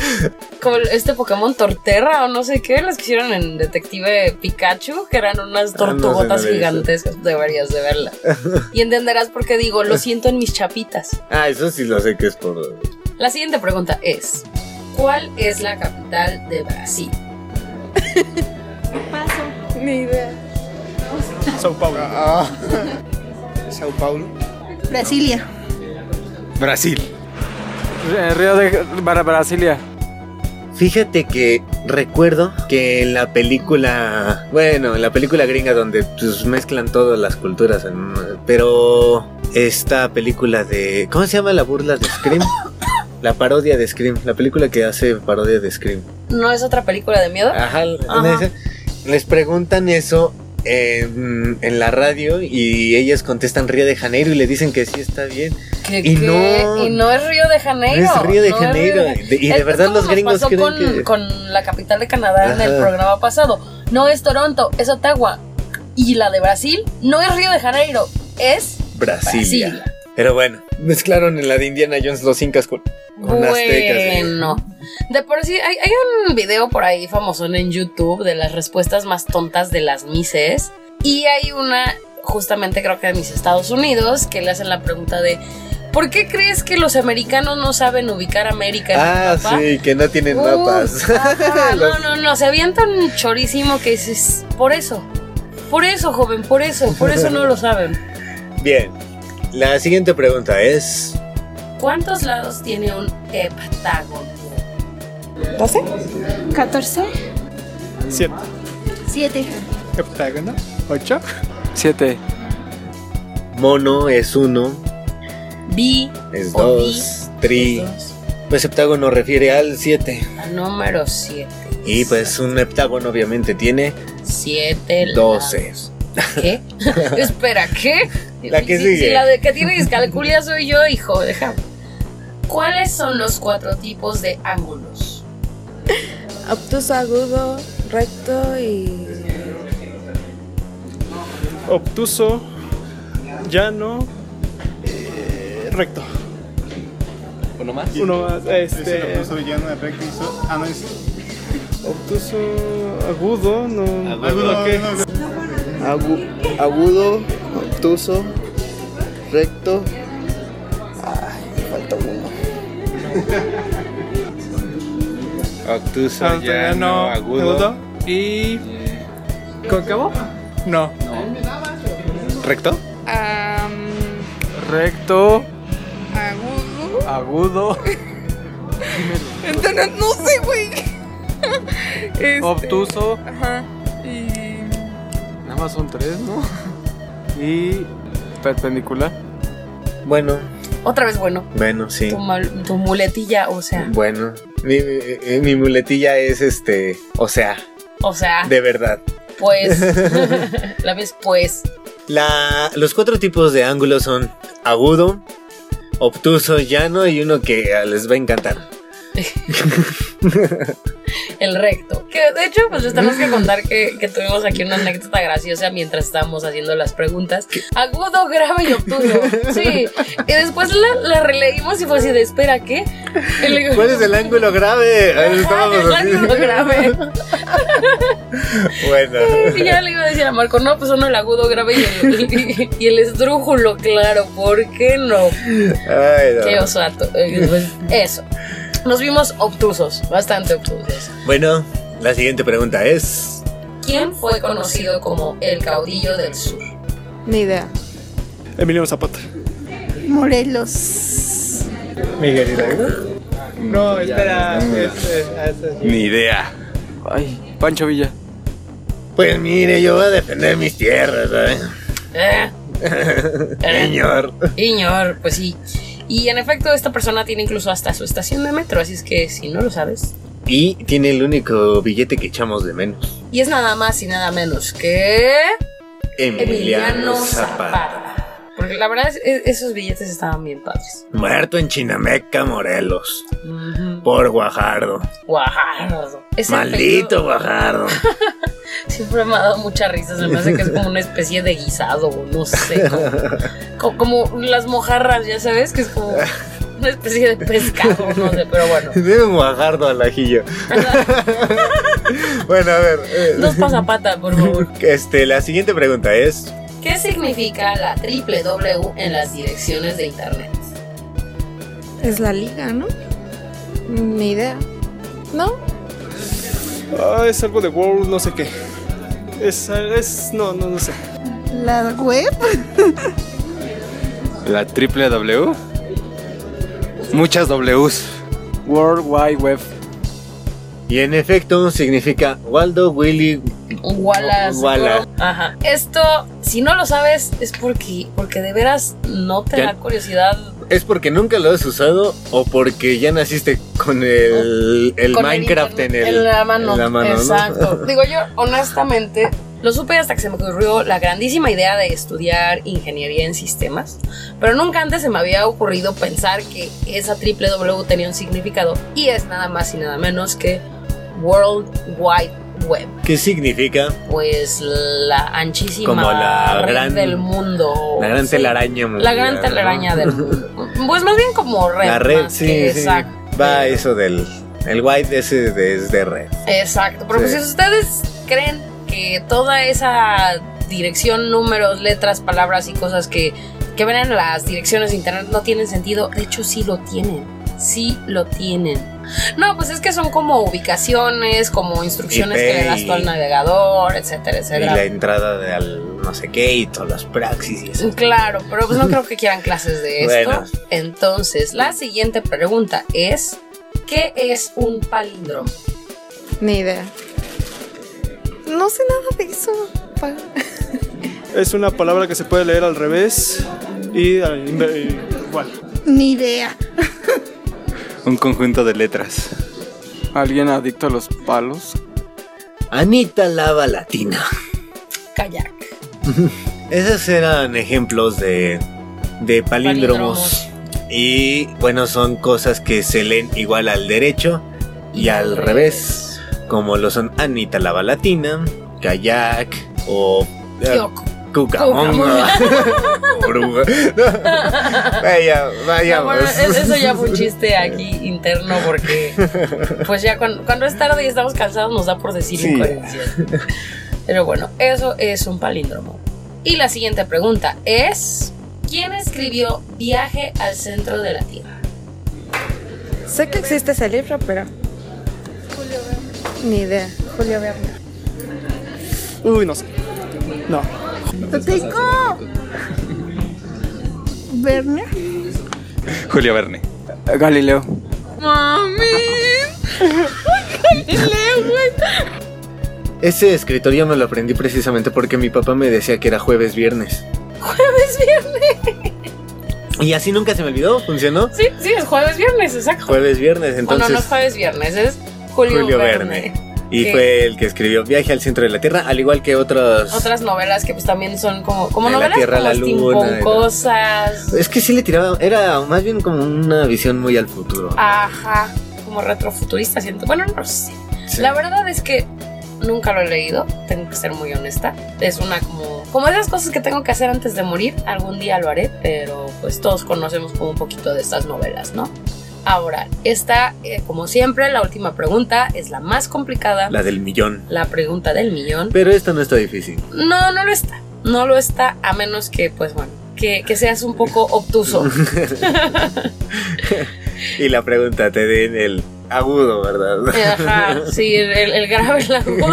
Speaker 1: Como este Pokémon Torterra o no sé qué, las que hicieron en Detective Pikachu, que eran unas
Speaker 3: Ah, no sé, no
Speaker 1: tortugotas
Speaker 3: la he visto.
Speaker 1: gigantescas. Deberías de verla. y entenderás por qué digo, lo siento en mis chapitas.
Speaker 3: ah, eso sí lo sé que es por
Speaker 1: La siguiente pregunta es, ¿cuál es la capital de Brasil?
Speaker 6: Paso.
Speaker 11: Ni idea.
Speaker 7: Sao Paulo.
Speaker 12: Sao Paulo.
Speaker 6: Brasilia.
Speaker 10: Brasil.
Speaker 13: Eh, Río de para Brasilia.
Speaker 3: Fíjate que recuerdo que en la película, bueno, en la película gringa donde pues, mezclan todas las culturas, en- pero esta película de, ¿cómo se llama la burla de Scream? La parodia de Scream, la película que hace parodia de Scream.
Speaker 1: ¿No es otra película de miedo?
Speaker 3: Ajá, en
Speaker 1: Ajá.
Speaker 3: ese- les preguntan eso en, en la radio y ellas contestan Río de Janeiro y le dicen que sí está bien.
Speaker 1: ¿Qué,
Speaker 3: y
Speaker 1: qué?
Speaker 3: no,
Speaker 1: Y no es Río de Janeiro.
Speaker 3: No es Río de
Speaker 1: no
Speaker 3: Janeiro. De- y de
Speaker 1: Es- es
Speaker 3: verdad
Speaker 1: como
Speaker 3: los
Speaker 1: nos
Speaker 3: gringos
Speaker 1: pasó
Speaker 3: creen
Speaker 1: con,
Speaker 3: que-
Speaker 1: con la capital de Canadá en el
Speaker 3: Ajá.
Speaker 1: programa pasado. No es Toronto, es Ottawa. Y la de Brasil no es Río de Janeiro, es
Speaker 3: Brasilia.
Speaker 1: Brasilia.
Speaker 3: Pero bueno, mezclaron en la de Indiana Jones los incas con, con aztecas. ¿eh?
Speaker 1: Bueno, de por sí, hay, hay un video por ahí famoso en YouTube de las respuestas más tontas de las mises. Y hay una, justamente creo que de mis Estados Unidos, que le hacen la pregunta de: ¿Por qué crees que los americanos no saben ubicar América en
Speaker 3: Ah,
Speaker 1: el mapa?"
Speaker 3: sí, que no tienen
Speaker 1: Uh,
Speaker 11: pues.
Speaker 3: mapas.
Speaker 1: ajá, no,
Speaker 3: Los-
Speaker 1: no, no, se avienta un chorísimo que dices: Por eso, por eso, joven, por eso, por eso no lo saben.
Speaker 3: Bien, la siguiente pregunta es...
Speaker 1: ¿Cuántos lados tiene un E heptágono?
Speaker 6: ¿12? ¿14?
Speaker 7: Siete.
Speaker 6: 7.
Speaker 7: Heptágono. Ocho.
Speaker 13: 7.
Speaker 3: Mono es uno,
Speaker 1: Bi
Speaker 3: es
Speaker 1: o bi
Speaker 3: dos, tri. Pues heptágono refiere al siete.
Speaker 1: al número 7.
Speaker 3: Y pues un heptágono obviamente tiene
Speaker 1: 7
Speaker 3: doce.
Speaker 1: ¿Qué? Espera, ¿qué?
Speaker 3: La que
Speaker 1: Si-
Speaker 3: sigue.
Speaker 1: si la de que tiene discalculia soy yo, hijo, déjame. ¿Cuáles son los cuatro tipos de ángulos?
Speaker 11: Obtuso, agudo, recto y...
Speaker 7: Obtuso. Llano. eh, recto.
Speaker 12: ¿Uno más?
Speaker 7: Uno más. Este.
Speaker 14: Obtuso, llano, recto y so- Ah, no es.
Speaker 7: Obtuso. Agudo. No.
Speaker 14: Agudo,
Speaker 7: ¿qué?
Speaker 14: no,
Speaker 12: Agu- agudo, obtuso, recto. Ay, me falta uno.
Speaker 10: Obtuso,
Speaker 7: Ah, todavía
Speaker 10: llano,
Speaker 7: no.
Speaker 10: agudo.
Speaker 7: Agudo. Y. ¿Cóncavo? No.
Speaker 10: ¿Recto?
Speaker 13: Recto.
Speaker 11: Agudo.
Speaker 13: Agudo.
Speaker 11: Entonces, no sé, güey. Este,
Speaker 13: Obtuso.
Speaker 11: Ajá. Y...
Speaker 13: Nada más son tres, ¿no? Y. Perpendicular.
Speaker 3: Bueno,
Speaker 1: Otra vez, bueno,
Speaker 3: bueno, sí.
Speaker 1: tu, mal- tu muletilla, o sea,
Speaker 3: Bueno, mi, eh, mi muletilla es este, o sea,
Speaker 1: o sea,
Speaker 3: de verdad.
Speaker 1: pues, la vez pues,
Speaker 3: La, los cuatro tipos de ángulos son agudo, obtuso, llano y uno que ah, les va a encantar.
Speaker 1: el recto. Que de hecho, pues les tenemos que contar que, que tuvimos aquí una anécdota graciosa mientras estábamos haciendo las preguntas. Agudo, grave y obtuso. Sí. Y después la, la releímos y fue así de espera, ¿qué? Y le digo,
Speaker 3: ¿Cuál es el ángulo grave? Ahí estábamos
Speaker 1: Ah, el
Speaker 3: así.
Speaker 1: ángulo grave.
Speaker 3: Bueno.
Speaker 1: Y ya le iba a decir a Marco, no, pues uno el agudo grave y el, y el esdrújulo, claro, ¿por qué no?
Speaker 3: Ay, no.
Speaker 1: Qué osato. Eh, pues, Eso. Nos vimos obtusos, bastante obtusos.
Speaker 3: Bueno, la siguiente pregunta es...
Speaker 1: ¿Quién fue conocido como el caudillo del sur?
Speaker 11: Ni idea.
Speaker 7: Emiliano Zapata.
Speaker 6: Morelos.
Speaker 7: Miguel Hidalgo. No, espera. Este,
Speaker 10: Ni idea.
Speaker 13: Ay, Pancho Villa.
Speaker 3: Pues mire, yo voy a defender mis tierras, ¿eh?
Speaker 1: Eh,
Speaker 3: Señor.
Speaker 1: Iñor, pues sí. Y en efecto, esta persona tiene incluso hasta su estación de metro, así es que si no lo sabes.
Speaker 3: Y tiene el único billete que echamos de menos.
Speaker 1: Y es nada más y nada menos que.
Speaker 3: Emiliano Zapata.
Speaker 1: Porque la verdad, es- es- esos billetes estaban bien padres.
Speaker 3: Muerto en Chinameca, Morelos. Por Guajardo.
Speaker 1: Guajardo. Ese
Speaker 3: Maldito
Speaker 1: apellido
Speaker 3: Guajardo.
Speaker 1: Siempre me ha dado mucha risa. Se me hace que es como una especie de guisado, o no sé. Como, co- como las mojarras, ya sabes, que es como una especie de pescado, no sé, pero bueno.
Speaker 3: Tiene un Guajardo al ajillo. bueno, a ver. eh,
Speaker 1: Dos pasapatas, por favor.
Speaker 3: Este, la siguiente pregunta es.
Speaker 1: ¿Qué significa la triple W en las direcciones de internet?
Speaker 11: Es la liga, ¿no?
Speaker 15: Ni idea. ¿No?
Speaker 7: Ah, es algo de World, no sé qué. Es, es, no, no, no sé.
Speaker 6: ¿La web?
Speaker 10: La triple W. Muchas Ws.
Speaker 3: World Wide Web. Y en efecto significa Waldo Willy
Speaker 1: Wallace.
Speaker 3: Walla.
Speaker 1: Ajá. Esto, si no lo sabes, es porque, porque de veras no te
Speaker 3: Ya-
Speaker 1: da curiosidad.
Speaker 3: ¿Es porque nunca lo has usado o porque ya naciste con el, el
Speaker 1: con el
Speaker 3: Minecraft en,
Speaker 1: internet-
Speaker 3: el,
Speaker 1: en la mano.
Speaker 3: en la mano, ¿no?
Speaker 1: Exacto. Digo yo, honestamente, lo supe hasta que se me ocurrió la grandísima idea de estudiar ingeniería en sistemas, pero nunca antes se me había ocurrido pensar que esa triple W tenía un significado y es nada más y nada menos que World Wide Web.
Speaker 3: ¿Qué significa?
Speaker 1: Pues la anchísima
Speaker 3: Como la
Speaker 1: red
Speaker 3: gran-
Speaker 1: del mundo.
Speaker 3: La gran
Speaker 1: Sí.
Speaker 3: telaraña.
Speaker 1: La gran
Speaker 3: mundial,
Speaker 1: telaraña
Speaker 3: ¿no?
Speaker 1: del mundo. Pues más bien como red.
Speaker 3: La red,
Speaker 1: más
Speaker 3: sí,
Speaker 1: que
Speaker 3: sí.
Speaker 1: exacto.
Speaker 3: Va eso del. El white ese de, es de red.
Speaker 1: Exacto, pero pues
Speaker 3: Sí.
Speaker 1: si ustedes creen que toda esa dirección, números, letras, palabras y cosas que, que ven en las direcciones de internet no tienen sentido, de hecho sí lo tienen, sí lo tienen. No, pues es que son como ubicaciones, como instrucciones
Speaker 3: IP
Speaker 1: que le das tú al
Speaker 3: y-
Speaker 1: navegador, etcétera,
Speaker 3: Y la
Speaker 1: etcétera.
Speaker 3: entrada de al no sé qué y todas las praxis y eso.
Speaker 1: Claro, pero pues no creo que quieran clases de esto.
Speaker 3: Bueno.
Speaker 1: Entonces, la siguiente pregunta es, ¿qué es un palíndromo?
Speaker 15: Ni idea. No sé nada de eso. pa-
Speaker 7: Es una palabra que se puede leer al revés y al inver- igual.
Speaker 6: Ni idea.
Speaker 10: Un conjunto de letras.
Speaker 16: ¿Alguien adicto a los palos?
Speaker 3: Anita Lava Latina.
Speaker 1: Kayak.
Speaker 3: Esos eran ejemplos de, de palíndromos. Y bueno, son cosas que se leen igual al derecho y al revés, como lo son Anita Lava Latina, Kayak o eh,
Speaker 1: Yoc.
Speaker 3: Cucamonga. Oruga. No, Vaya, vaya.
Speaker 1: No, bueno, es- eso ya fue un chiste aquí interno porque pues ya cuando, cuando es tarde y estamos cansados nos da por decir
Speaker 3: Sí.
Speaker 1: incoherencias. Pero bueno, eso es un palíndromo. Y la siguiente pregunta es ¿Quién escribió Viaje al centro de la Tierra?
Speaker 15: Sé que existe ese libro, pero. Ni idea. Julio Verne.
Speaker 7: Uy, no sé. No.
Speaker 6: ¡Tengo! ¿Verne?
Speaker 10: Julio Verne.
Speaker 16: Galileo.
Speaker 17: ¡Mami! ¡Galileo, güey!
Speaker 3: Ese escritor yo me lo aprendí precisamente porque mi papá me decía que era jueves, viernes.
Speaker 1: Jueves, viernes.
Speaker 3: Y así nunca se me olvidó, funcionó.
Speaker 1: Sí, sí, es jueves, viernes, exacto.
Speaker 3: Jueves, viernes, Pues, entonces.
Speaker 1: bueno, no es jueves, viernes, es Julio,
Speaker 3: Julio
Speaker 1: Verne.
Speaker 3: Verne. Y
Speaker 1: Que-
Speaker 3: fue el que escribió Viaje al centro de la Tierra, al igual que otros.
Speaker 1: Otras novelas que pues también son como, como
Speaker 3: De la
Speaker 1: novelas
Speaker 3: Tierra a
Speaker 1: como
Speaker 3: la Luna, de la-
Speaker 1: cosas.
Speaker 3: Es que sí le tiraba, era más bien como una visión muy al futuro.
Speaker 1: Ah, Ajá, como retrofuturista siento. Bueno, no lo sé. La verdad es que nunca lo he leído, tengo que ser muy honesta. Es una como como esas cosas que tengo que hacer antes de morir, algún día lo haré, pero pues todos conocemos como un poquito de estas novelas, ¿no? Ahora, esta, eh, como siempre, la última pregunta es la más complicada,
Speaker 3: La del millón.
Speaker 1: la pregunta del millón.
Speaker 3: Pero esta no está difícil.
Speaker 1: No, no lo está, no lo está, a menos que, pues bueno, que, que seas un poco obtuso.
Speaker 3: y la pregunta te den el agudo, ¿verdad?
Speaker 1: Ajá, sí, el, el- el grave, el agudo.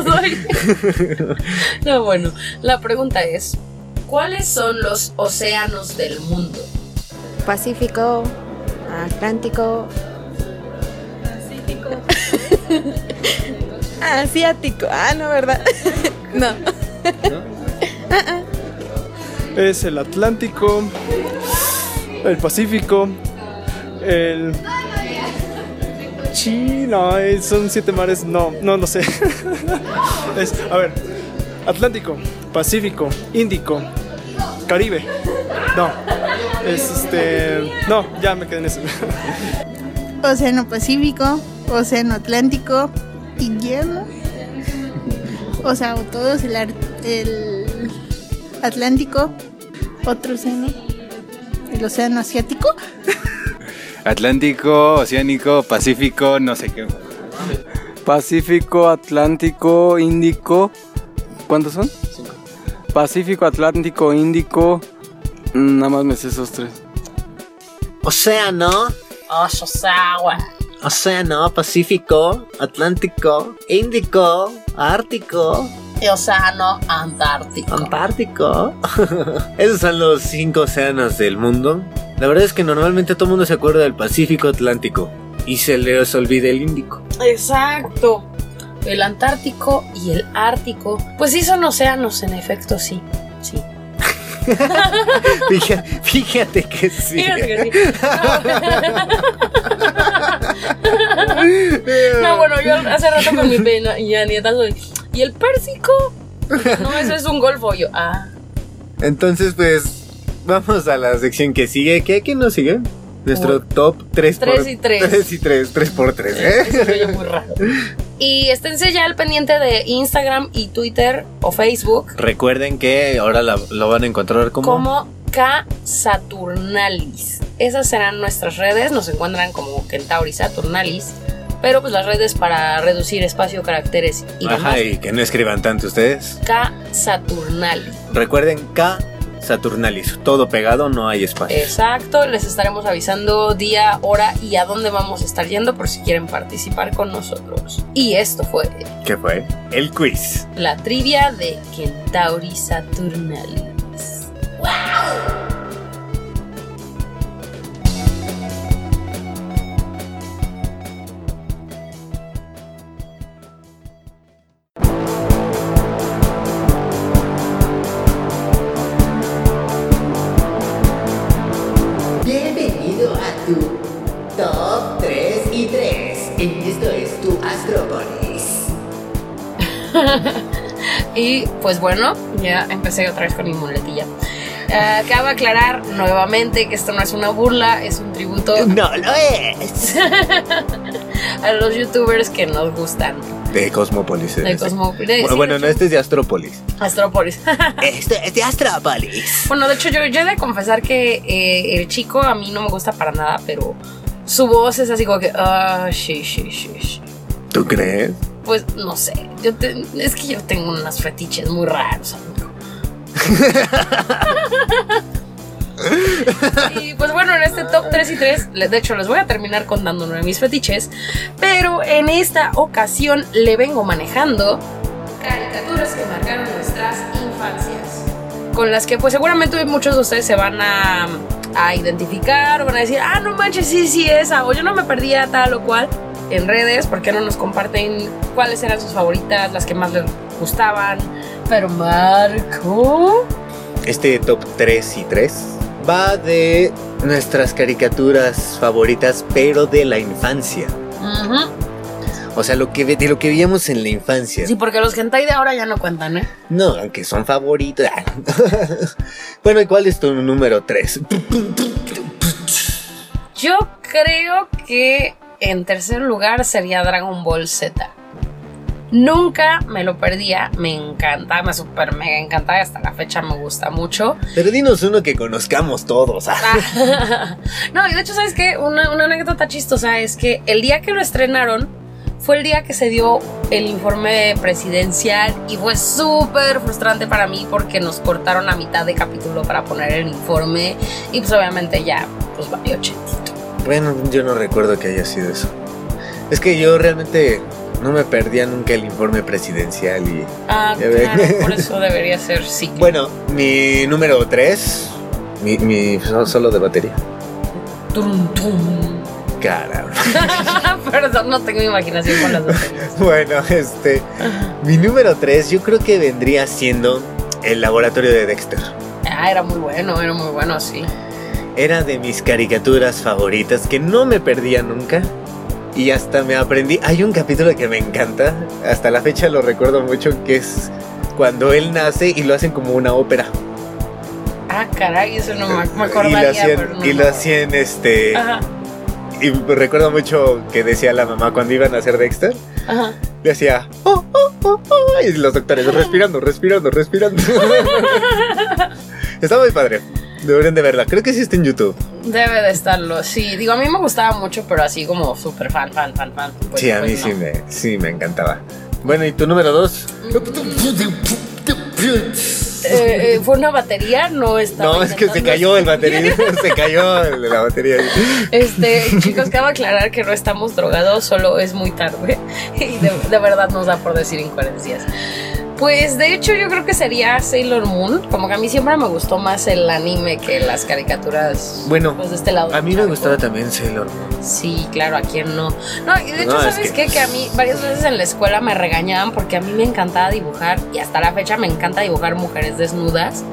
Speaker 1: No, bueno, la pregunta es, ¿cuáles son los océanos del mundo?
Speaker 6: Pacífico, Atlántico.
Speaker 15: Asiático. Ah, no, ¿verdad? no.
Speaker 7: Es el Atlántico, el Pacífico, el. Chino, eh, son siete mares. No, no lo sé. Es, a ver, Atlántico, Pacífico, Índico, Caribe. No, es este. No, ya me quedé en eso.
Speaker 6: Océano Pacífico, Océano Atlántico, Invierno. O sea, o todos el, ar- el Atlántico, otro océano, el océano asiático.
Speaker 10: Atlántico, Oceánico, Pacífico, no sé qué.
Speaker 16: Pacífico, Atlántico, Índico. ¿Cuántos son? Cinco. Pacífico, Atlántico, Índico. mm, Nada más me sé esos tres.
Speaker 3: Océano.
Speaker 1: Oh, Oshosawa.
Speaker 3: Océano, Pacífico, Atlántico, Índico, Ártico,
Speaker 1: Y Océano Antártico.
Speaker 3: Antártico. Esos son los cinco océanos del mundo. La verdad es que normalmente todo el mundo se acuerda del Pacífico Atlántico y se les olvida el Índico.
Speaker 1: Exacto. El Antártico y el Ártico. Pues sí son océanos, en efecto, sí. Sí.
Speaker 3: Fíjate, fíjate que sí.
Speaker 1: Fíjate que sí. No, bueno, yo hace rato con mi pena y ya nieta soy. ¿Y el Pérsico? No, eso es un golfo. Yo, ah.
Speaker 18: Entonces, pues,
Speaker 3: Vamos a la sección que sigue. ¿Qué, ¿Quién nos sigue? Nuestro top 3
Speaker 1: Tres y tres.
Speaker 3: 3 y 3, 3 por 3,
Speaker 1: Eso
Speaker 3: ¿eh?
Speaker 1: se oye muy raro. Y esténse ya al pendiente de Instagram y Twitter o Facebook
Speaker 3: Recuerden que ahora la- lo van a encontrar como...
Speaker 1: como K Saturnalis. Esas serán nuestras redes, nos encuentran como Kentauri Saturnalis, pero pues las redes para reducir espacio, caracteres y demás.
Speaker 3: Ajá, y que no escriban tanto ustedes.
Speaker 1: K Saturnalis.
Speaker 3: Recuerden K Saturnalis. Todo pegado, no hay espacio.
Speaker 1: Exacto, les estaremos avisando día, hora y a dónde vamos a estar yendo por si quieren participar con nosotros. Y esto fue
Speaker 3: ¿Qué fue? El quiz.
Speaker 1: la trivia de Kentauri Saturnalis.
Speaker 5: Bienvenido a tu Top 3 y 3. En esto es tu Astropolis.
Speaker 1: Y pues bueno, ya empecé otra vez con mi muletilla. Ah, Acabo de aclarar nuevamente que esto no es una burla, es un tributo.
Speaker 3: No lo
Speaker 1: es. a los youtubers que nos gustan.
Speaker 3: De Cosmopolis.
Speaker 1: De
Speaker 3: ¿eh?
Speaker 1: Cosmopolis,
Speaker 3: Bueno,
Speaker 1: sí,
Speaker 3: bueno, no, este es de Astropolis.
Speaker 1: Astropolis.
Speaker 3: Esto es de Astropolis.
Speaker 1: Bueno, de hecho, yo, yo he de confesar que eh, el chico a mí no me gusta para nada, pero su voz es así como que. Ah, sí, sí, sí, sí".
Speaker 3: ¿Tú crees?
Speaker 1: Pues no sé. Yo te- es que yo tengo unos fetiches muy raros, amigo. y pues bueno, en este top 3 y 3, le- de hecho les voy a terminar contando uno de mis fetiches, pero en esta ocasión le vengo manejando caricaturas que marcaron nuestras infancias. con las que pues seguramente muchos de ustedes se van a, a identificar o van a decir, ah, no manches, sí, sí, esa, o yo no me perdía tal o cual en redes, ¿por qué no nos comparten cuáles eran sus favoritas, las que más les gustaban? Pero Marco...
Speaker 3: Este top 3 y 3 va de nuestras caricaturas favoritas, pero de la infancia.
Speaker 1: Ujú.
Speaker 3: O sea, lo que, ve- de lo que veíamos en la infancia.
Speaker 1: Sí, porque los hentai de ahora ya no cuentan, ¿eh?
Speaker 3: No, aunque son favoritos. bueno, ¿y cuál es tu número 3?
Speaker 1: Yo creo que en tercer lugar sería Dragon Ball Z. Nunca me lo perdía, me encanta, me super mega encanta, hasta la fecha me gusta mucho.
Speaker 3: Pero dinos uno que conozcamos todos. ah.
Speaker 1: Ah. no, y de hecho, ¿sabes qué? Una, una anécdota chistosa es que el día que lo estrenaron fue el día que se dio el informe presidencial y fue súper frustrante para mí porque nos cortaron a mitad de capítulo para poner el informe y pues obviamente ya, pues valió chetito.
Speaker 3: Bueno, yo no recuerdo que haya sido eso. Es que yo realmente no me perdía nunca el informe presidencial y...
Speaker 1: Ah,
Speaker 3: Ya ve.
Speaker 1: claro, por eso debería ser sí.
Speaker 3: Bueno, mi número 3, mi, mi so- solo de batería.
Speaker 1: Tum, tum.
Speaker 3: Caramba.
Speaker 1: Perdón, no tengo imaginación con las dos.
Speaker 3: Bueno, este. Mi número 3 yo creo que vendría siendo el laboratorio de Dexter.
Speaker 1: Ah, era muy bueno, era muy bueno, sí.
Speaker 3: Era de mis caricaturas favoritas que no me perdía nunca. Y hasta me aprendí. Hay un capítulo que me encanta. Hasta la fecha lo recuerdo mucho que es cuando él nace y lo hacen como una ópera.
Speaker 1: Ah, caray, eso no me, me
Speaker 3: y lo
Speaker 1: acordaría,
Speaker 3: hacían,
Speaker 1: pero no
Speaker 3: y
Speaker 1: me
Speaker 3: lo hacían, este.
Speaker 1: Ajá,
Speaker 3: Y recuerdo mucho que decía la mamá cuando iban a hacer Dexter.
Speaker 1: ajá.
Speaker 3: Le hacía. "Oh, oh, oh, oh", y los doctores respirando, respirando, respirando. Está muy padre. Deberían de verla. Creo que sí está en YouTube.
Speaker 1: Debe de estarlo, sí. Digo, a mí me gustaba mucho, pero así como súper fan, fan, fan, fan. pues,
Speaker 3: sí, a mí
Speaker 1: pues
Speaker 3: sí, me, Mm, pues sí me encantaba. Bueno, ¿y tu número dos?
Speaker 1: eh, eh, fue una batería, no estaba.
Speaker 3: No, es que se
Speaker 1: intentando-
Speaker 3: cayó el batería. se cayó el de la batería.
Speaker 1: Este, chicos, cabe aclarar que no estamos drogados, solo es muy tarde y de, de verdad nos da por decir incoherencias. Pues de hecho yo creo que sería Sailor Moon, como que a mí siempre me gustó más el anime que las caricaturas
Speaker 3: Bueno,
Speaker 1: pues, de este lado.
Speaker 3: a mí me gustaba también Sailor Moon.
Speaker 1: Sí, claro, a quién no. No, y de hecho,
Speaker 3: No, es
Speaker 1: ¿sabes
Speaker 3: que-
Speaker 1: qué? Que a mí varias veces en la escuela me regañaban porque a mí me encantaba dibujar y hasta la fecha me encanta dibujar mujeres desnudas.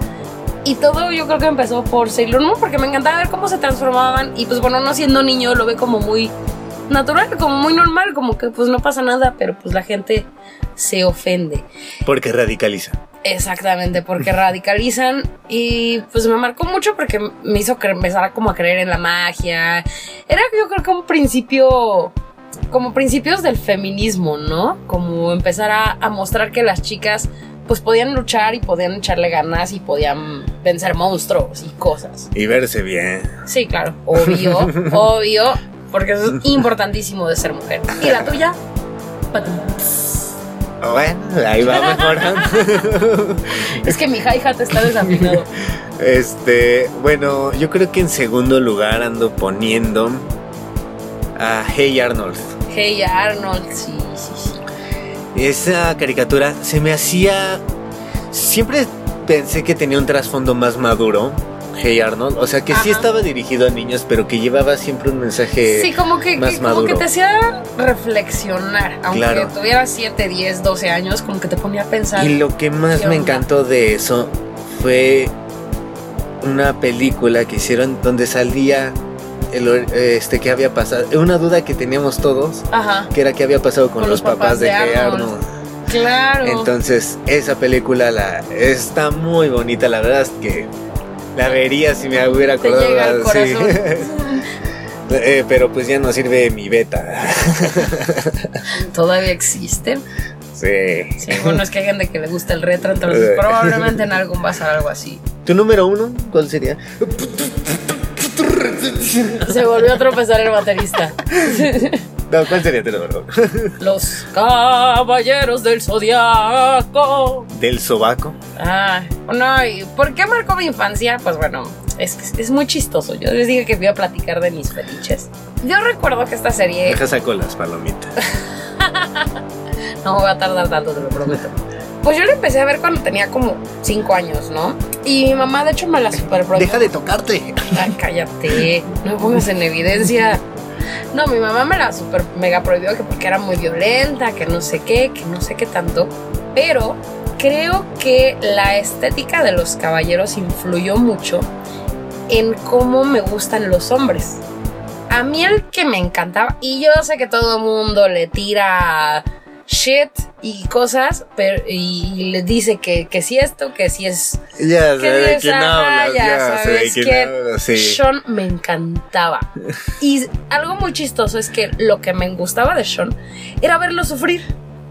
Speaker 1: Y todo yo creo que empezó por Sailor Moon porque me encantaba ver cómo se transformaban y pues bueno, no siendo niño lo ve como muy natural, como muy normal, como que pues no pasa nada, pero pues la gente se ofende.
Speaker 3: Porque radicaliza.
Speaker 1: Exactamente, porque radicalizan y pues me marcó mucho porque me hizo cre- empezar a como a creer en la magia. Era yo creo que un principio, como principios del feminismo, ¿no? Como empezar a, a mostrar que las chicas pues podían luchar y podían echarle ganas y podían vencer monstruos y cosas.
Speaker 3: Y verse bien.
Speaker 1: Sí, claro, obvio, obvio, porque eso es importantísimo de ser mujer. ¿Y la tuya? Patum.
Speaker 3: Bueno, ahí va mejorando.
Speaker 1: Es que mi hi-hat está desafinado.
Speaker 3: Este, bueno, yo creo que en segundo lugar ando poniendo a Hey Arnold.
Speaker 1: Hey Arnold, sí, sí, sí.
Speaker 3: Esa caricatura se me hacía... Siempre pensé que tenía un trasfondo más maduro, Hey Arnold. O sea, que sí estaba dirigido a niños, pero que llevaba siempre un mensaje
Speaker 1: Sí, como que,
Speaker 3: más
Speaker 1: que- como
Speaker 3: maduro.
Speaker 1: que te hacía reflexionar, aunque
Speaker 3: Claro.
Speaker 1: tuviera 7, 10, 12 años, como que te ponía a pensar.
Speaker 3: Y lo que más
Speaker 1: ¿Qué
Speaker 3: me
Speaker 1: onda?
Speaker 3: encantó de eso fue una película que hicieron donde salía el or- este que había pasado, una duda que teníamos todos,
Speaker 1: Ajá.
Speaker 3: que era qué había pasado con, los papás, de, Hey
Speaker 1: Arnold.
Speaker 3: Arnold.
Speaker 1: Claro.
Speaker 3: Entonces, esa película la está muy bonita, la verdad es que la vería si me hubiera
Speaker 1: Te
Speaker 3: acordado.
Speaker 1: llega al
Speaker 3: sí.
Speaker 1: corazón.
Speaker 3: Eh, pero pues ya no sirve mi beta.
Speaker 1: Todavía existe.
Speaker 3: Sí.
Speaker 1: Sí, bueno, es que hay gente que le gusta el retro, entonces probablemente en algún va a ser algo así.
Speaker 3: ¿Tu número uno? ¿Cuál sería?
Speaker 1: Se volvió a tropezar el baterista.
Speaker 3: No, ¿cuál sería tu número uno?
Speaker 1: Los caballeros del zodiaco.
Speaker 3: ¿Del sobaco?
Speaker 1: Ah, no, ¿y ¿por qué marcó mi infancia? Pues bueno, es, que es muy chistoso. Yo les dije que voy a platicar de mis fetiches. Yo recuerdo que esta serie.
Speaker 3: Deja saco las palomitas.
Speaker 1: No voy a tardar tanto, te lo prometo. Pues yo la empecé a ver cuando tenía como 5 años, ¿no? Y mi mamá, de hecho, me la superprodujo. Deja
Speaker 3: de tocarte.
Speaker 1: Ay, Ah, cállate. No me pongas en evidencia. No, mi mamá me la super mega prohibió que porque era muy violenta, que no sé qué, que no sé qué tanto. Pero creo que la estética de los caballeros influyó mucho en cómo me gustan los hombres. A mí el que me encantaba, y yo sé que todo el mundo le tira shit y cosas, pero, y le dice que, que si esto, que si es...
Speaker 3: Ya
Speaker 1: que
Speaker 3: sé de
Speaker 1: si es,
Speaker 3: quién
Speaker 1: ajá,
Speaker 3: hablas,
Speaker 1: Ah, ya
Speaker 3: ya sé de
Speaker 1: sabes
Speaker 3: quién
Speaker 1: que
Speaker 3: hablas, sí.
Speaker 1: Sean me encantaba. Y algo muy chistoso es que lo que me gustaba de Sean era verlo sufrir.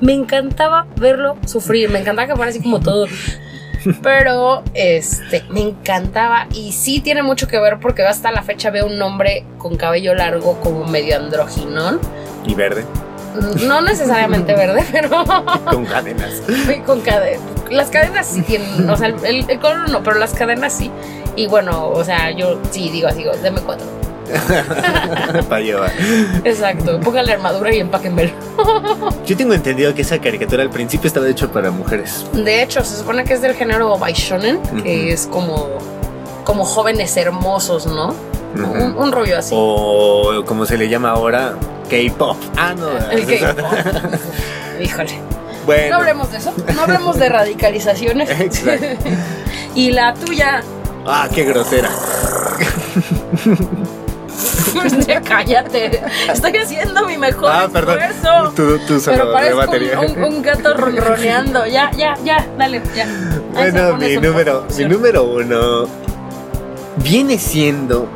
Speaker 1: Me encantaba verlo sufrir, me encantaba que fuera así como todo pero este me encantaba y sí tiene mucho que ver porque hasta la fecha veo un hombre con cabello largo como medio androginón,
Speaker 3: Y verde,
Speaker 1: no necesariamente verde, pero
Speaker 3: con cadenas.
Speaker 1: y con cadenas. Las cadenas sí tienen, o sea, el, el color no, pero las cadenas sí. Y bueno, o sea, yo sí digo así, digo, deme cuatro.
Speaker 3: Para llevar.
Speaker 1: Exacto, póngale armadura y empáquenmelo.
Speaker 3: Yo tengo entendido que esa caricatura al principio estaba hecha para mujeres.
Speaker 1: De hecho, se supone que es del género Baishonen,
Speaker 3: Ujú.
Speaker 1: que es como, como jóvenes hermosos, ¿no? Un, un rollo así.
Speaker 3: Oh. O como se le llama ahora, K-pop. Ah, no.
Speaker 1: El K-pop. Híjole. No
Speaker 3: Bueno.
Speaker 1: hablemos de eso, no hablemos de radicalizaciones.
Speaker 3: Exacto.
Speaker 1: y la tuya,
Speaker 3: Ah, qué grosera.
Speaker 1: cállate. Estoy haciendo mi mejor
Speaker 3: Ah, perdón.
Speaker 1: esfuerzo.
Speaker 3: Tú, tú solo
Speaker 1: Pero
Speaker 3: de
Speaker 1: parezco
Speaker 3: batería.
Speaker 1: un, un- un gato ronroneando. Ya, ya, ya, dale, ya. Ahí se
Speaker 3: Bueno,
Speaker 1: pone
Speaker 3: mi
Speaker 1: su-
Speaker 3: número, mi número uno viene siendo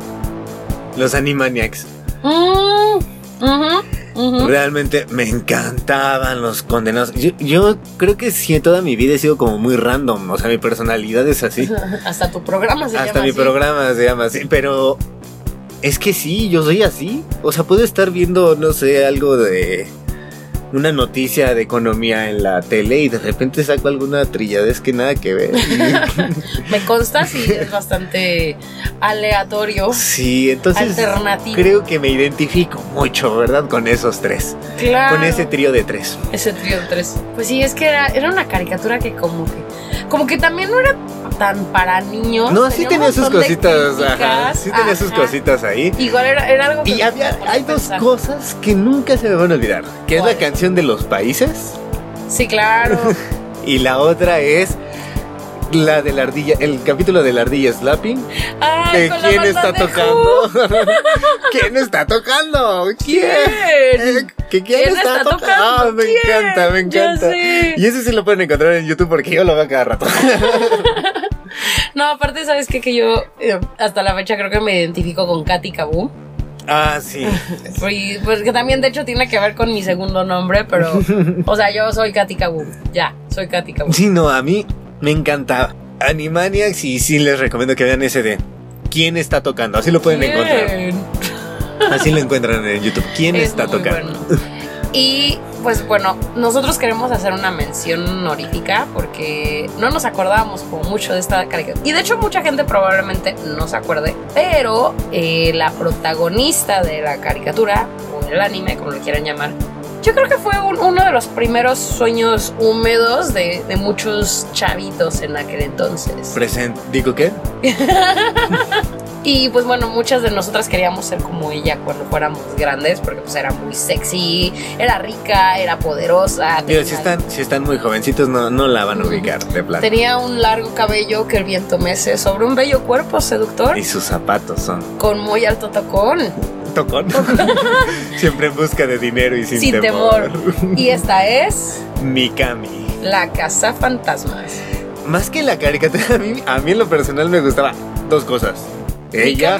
Speaker 3: los Animaniacs.
Speaker 1: Mm, ujú, ujú.
Speaker 3: Realmente me encantaban los condenados. Yo, yo creo que sí, toda mi vida he sido como muy random. O sea, mi personalidad es así.
Speaker 1: Hasta tu programa se
Speaker 3: Hasta
Speaker 1: llama
Speaker 3: mi
Speaker 1: así.
Speaker 3: programa se llama así, pero es que sí, yo soy así. O sea, puedo estar viendo, no sé, algo de una noticia de economía en la tele y de repente saco alguna trilladez que nada que ver.
Speaker 1: Me consta si es bastante aleatorio.
Speaker 3: Sí, entonces
Speaker 1: Alternativo.
Speaker 3: creo que me identifico mucho, ¿verdad? Con esos tres.
Speaker 1: Claro.
Speaker 3: Con ese trío de tres.
Speaker 1: Ese trío de tres. Pues sí, es que era, era una caricatura que como que. Como que también no era tan para niños.
Speaker 3: No, sí
Speaker 1: un
Speaker 3: tenía sus
Speaker 1: montón de
Speaker 3: cositas, ajá,
Speaker 1: críticas,
Speaker 3: sí tenía sus
Speaker 1: ajá.
Speaker 3: cositas ahí.
Speaker 1: Igual era, era algo que.
Speaker 3: Y había- hay dos cosas que nunca se me van a olvidar, que es la canción de los países
Speaker 1: Sí, claro.
Speaker 3: y la otra es la de la ardilla, el capítulo de la ardilla slapping.
Speaker 1: Ay,
Speaker 3: ¿De
Speaker 1: con la
Speaker 3: quién
Speaker 1: banda
Speaker 3: está
Speaker 1: de
Speaker 3: tocando? ¿Quién está tocando? ¿Quién?
Speaker 1: ¿Quién?
Speaker 3: ¿Que quién, está, tocando? Ah, me encanta, me
Speaker 1: Ya
Speaker 3: encanta.
Speaker 1: sé.
Speaker 3: Y ese sí lo pueden encontrar en YouTube porque yo lo veo cada rato.
Speaker 1: No, aparte, ¿sabes qué? Que yo eh, hasta la fecha creo que me identifico con Katy Kaboom.
Speaker 3: Ah, sí.
Speaker 1: Y, pues que también de hecho tiene que ver con mi segundo nombre, pero o sea, yo soy Katy Kaboom. Ya, soy Katy Kaboom.
Speaker 3: Sí, no, a mí me encantaba. Animaniacs y sí les recomiendo que vean ese de ¿Quién está tocando? Así lo pueden encontrar.
Speaker 1: Bien.
Speaker 3: Así lo encuentran en YouTube. ¿Quién
Speaker 1: Es
Speaker 3: está
Speaker 1: muy
Speaker 3: tocando?
Speaker 1: Y pues bueno, nosotros queremos hacer una mención honorífica porque no nos acordábamos como mucho de esta caricatura. Y de hecho mucha gente probablemente no se acuerde, pero eh, la protagonista de la caricatura, o el anime, como lo quieran llamar, yo creo que fue un- uno de los primeros sueños húmedos de, de muchos chavitos en aquel entonces.
Speaker 3: Present. ¿Digo qué?
Speaker 1: Y pues bueno, muchas de nosotras queríamos ser como ella cuando fuéramos grandes, porque pues era muy sexy, era rica, era poderosa.
Speaker 3: Digo,
Speaker 1: tenía-
Speaker 3: si están, si están muy jovencitos, no, no la van a ubicar de plano.
Speaker 1: Tenía un largo cabello que el viento mece sobre un bello cuerpo seductor
Speaker 3: Y sus zapatos son
Speaker 1: con muy alto tocón,
Speaker 3: tocón. Siempre en busca de dinero y sin,
Speaker 1: sin, temor. Y esta es
Speaker 3: Mikami.
Speaker 1: la casa fantasmas.
Speaker 3: Más que la caricatura, a mí, a mí en lo personal me gustaba dos cosas. Ella.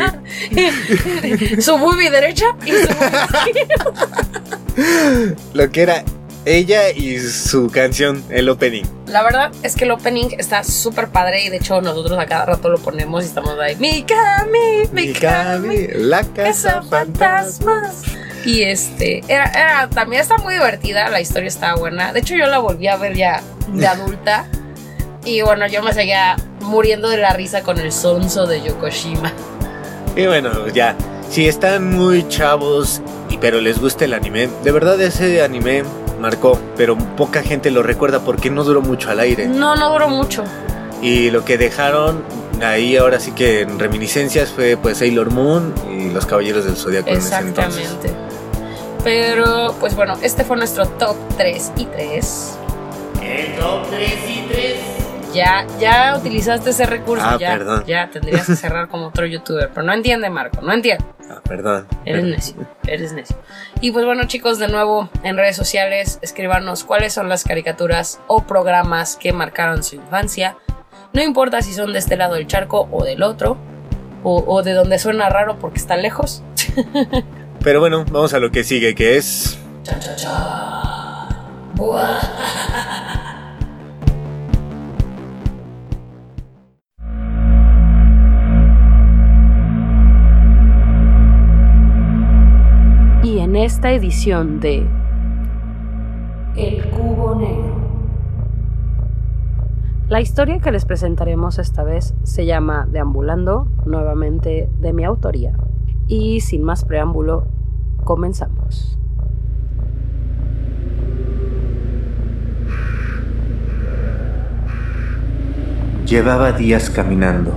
Speaker 1: su boobie derecha y su boobie izquierda.
Speaker 3: lo que era ella y su canción, el opening.
Speaker 1: La verdad es que el opening está súper padre y de hecho nosotros a cada rato lo ponemos y estamos ahí, Mikami,
Speaker 3: Mikami, la casa
Speaker 1: fantasmas. Y este, era, era- también está muy divertida, la historia está buena. De hecho, yo la volví a ver ya de adulta. y bueno, yo me seguía muriendo de la risa con el sonso de Yokoshima.
Speaker 3: Y bueno, ya. Si están muy chavos, y pero les gusta el anime, de verdad ese anime marcó, pero poca gente lo recuerda porque no duró mucho al aire.
Speaker 1: No, no duró mucho.
Speaker 3: Y lo que dejaron ahí ahora sí que en reminiscencias fue pues Sailor Moon y los Caballeros del Zodiaco en ese entonces.
Speaker 1: Exactamente. Pero, pues bueno, este fue nuestro top 3 y 3.
Speaker 5: El top 3 y 3.
Speaker 1: Ya, ya utilizaste ese recurso.
Speaker 3: Ah,
Speaker 1: ya,
Speaker 3: perdón.
Speaker 1: ya tendrías que cerrar como otro youtuber. Pero no entiende, Marco, no entiende.
Speaker 3: Ah, perdón.
Speaker 1: Eres
Speaker 3: Perdón.
Speaker 1: necio, eres necio. Y pues bueno, chicos, de nuevo en redes sociales, escríbanos cuáles son las caricaturas o programas que marcaron su infancia. No importa si son de este lado del charco o del otro, o, o de donde suena raro porque está lejos.
Speaker 3: Pero bueno, vamos a lo que sigue, que es
Speaker 1: Cha, cha, cha. Buah. Y en esta edición de El Cubo Negro. La historia que les presentaremos esta vez se llama Deambulando, nuevamente de mi autoría. Y sin más preámbulo, comenzamos.
Speaker 19: Llevaba días caminando,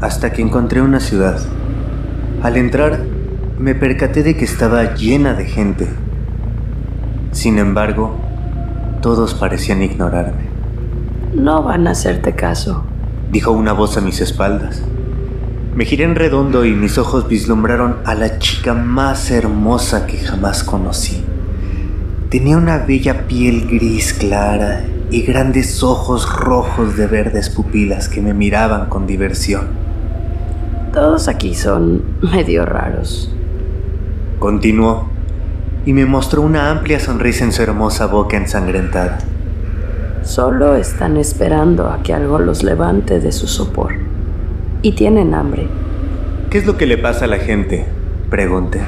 Speaker 19: hasta que encontré una ciudad. Al entrar, me percaté de que estaba llena de gente. Sin embargo, todos parecían ignorarme,
Speaker 20: No van a hacerte caso.
Speaker 19: dijo una voz a mis espaldas. Me giré en redondo y mis ojos vislumbraron a la chica más hermosa que jamás conocí. Tenía una bella piel gris clara y grandes ojos rojos de verdes pupilas que me miraban con diversión.
Speaker 20: Todos aquí son medio raros.
Speaker 19: Continuó y me mostró una amplia sonrisa en su hermosa boca ensangrentada.
Speaker 20: Solo están esperando a que algo los levante de su sopor. Y tienen hambre.
Speaker 19: ¿Qué es lo que le pasa a la gente? Pregunté.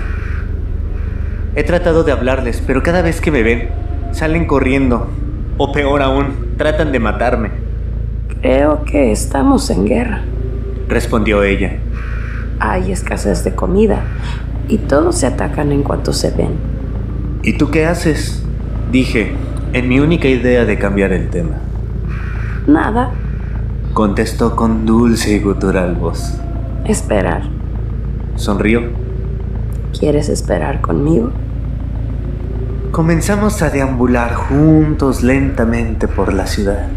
Speaker 21: He tratado de hablarles, pero cada vez que me ven, salen corriendo. O peor aún, tratan de matarme.
Speaker 1: Creo que estamos en guerra.
Speaker 21: Respondió ella.
Speaker 1: Hay escasez de comida y todos se atacan en cuanto se ven.
Speaker 21: ¿Y tú qué haces? Dije, en mi única idea de cambiar el tema.
Speaker 1: Nada,
Speaker 21: Contestó con dulce y gutural voz.
Speaker 1: esperar.
Speaker 21: Sonrió.
Speaker 1: ¿Quieres esperar conmigo?
Speaker 21: Comenzamos a deambular juntos lentamente por la ciudad,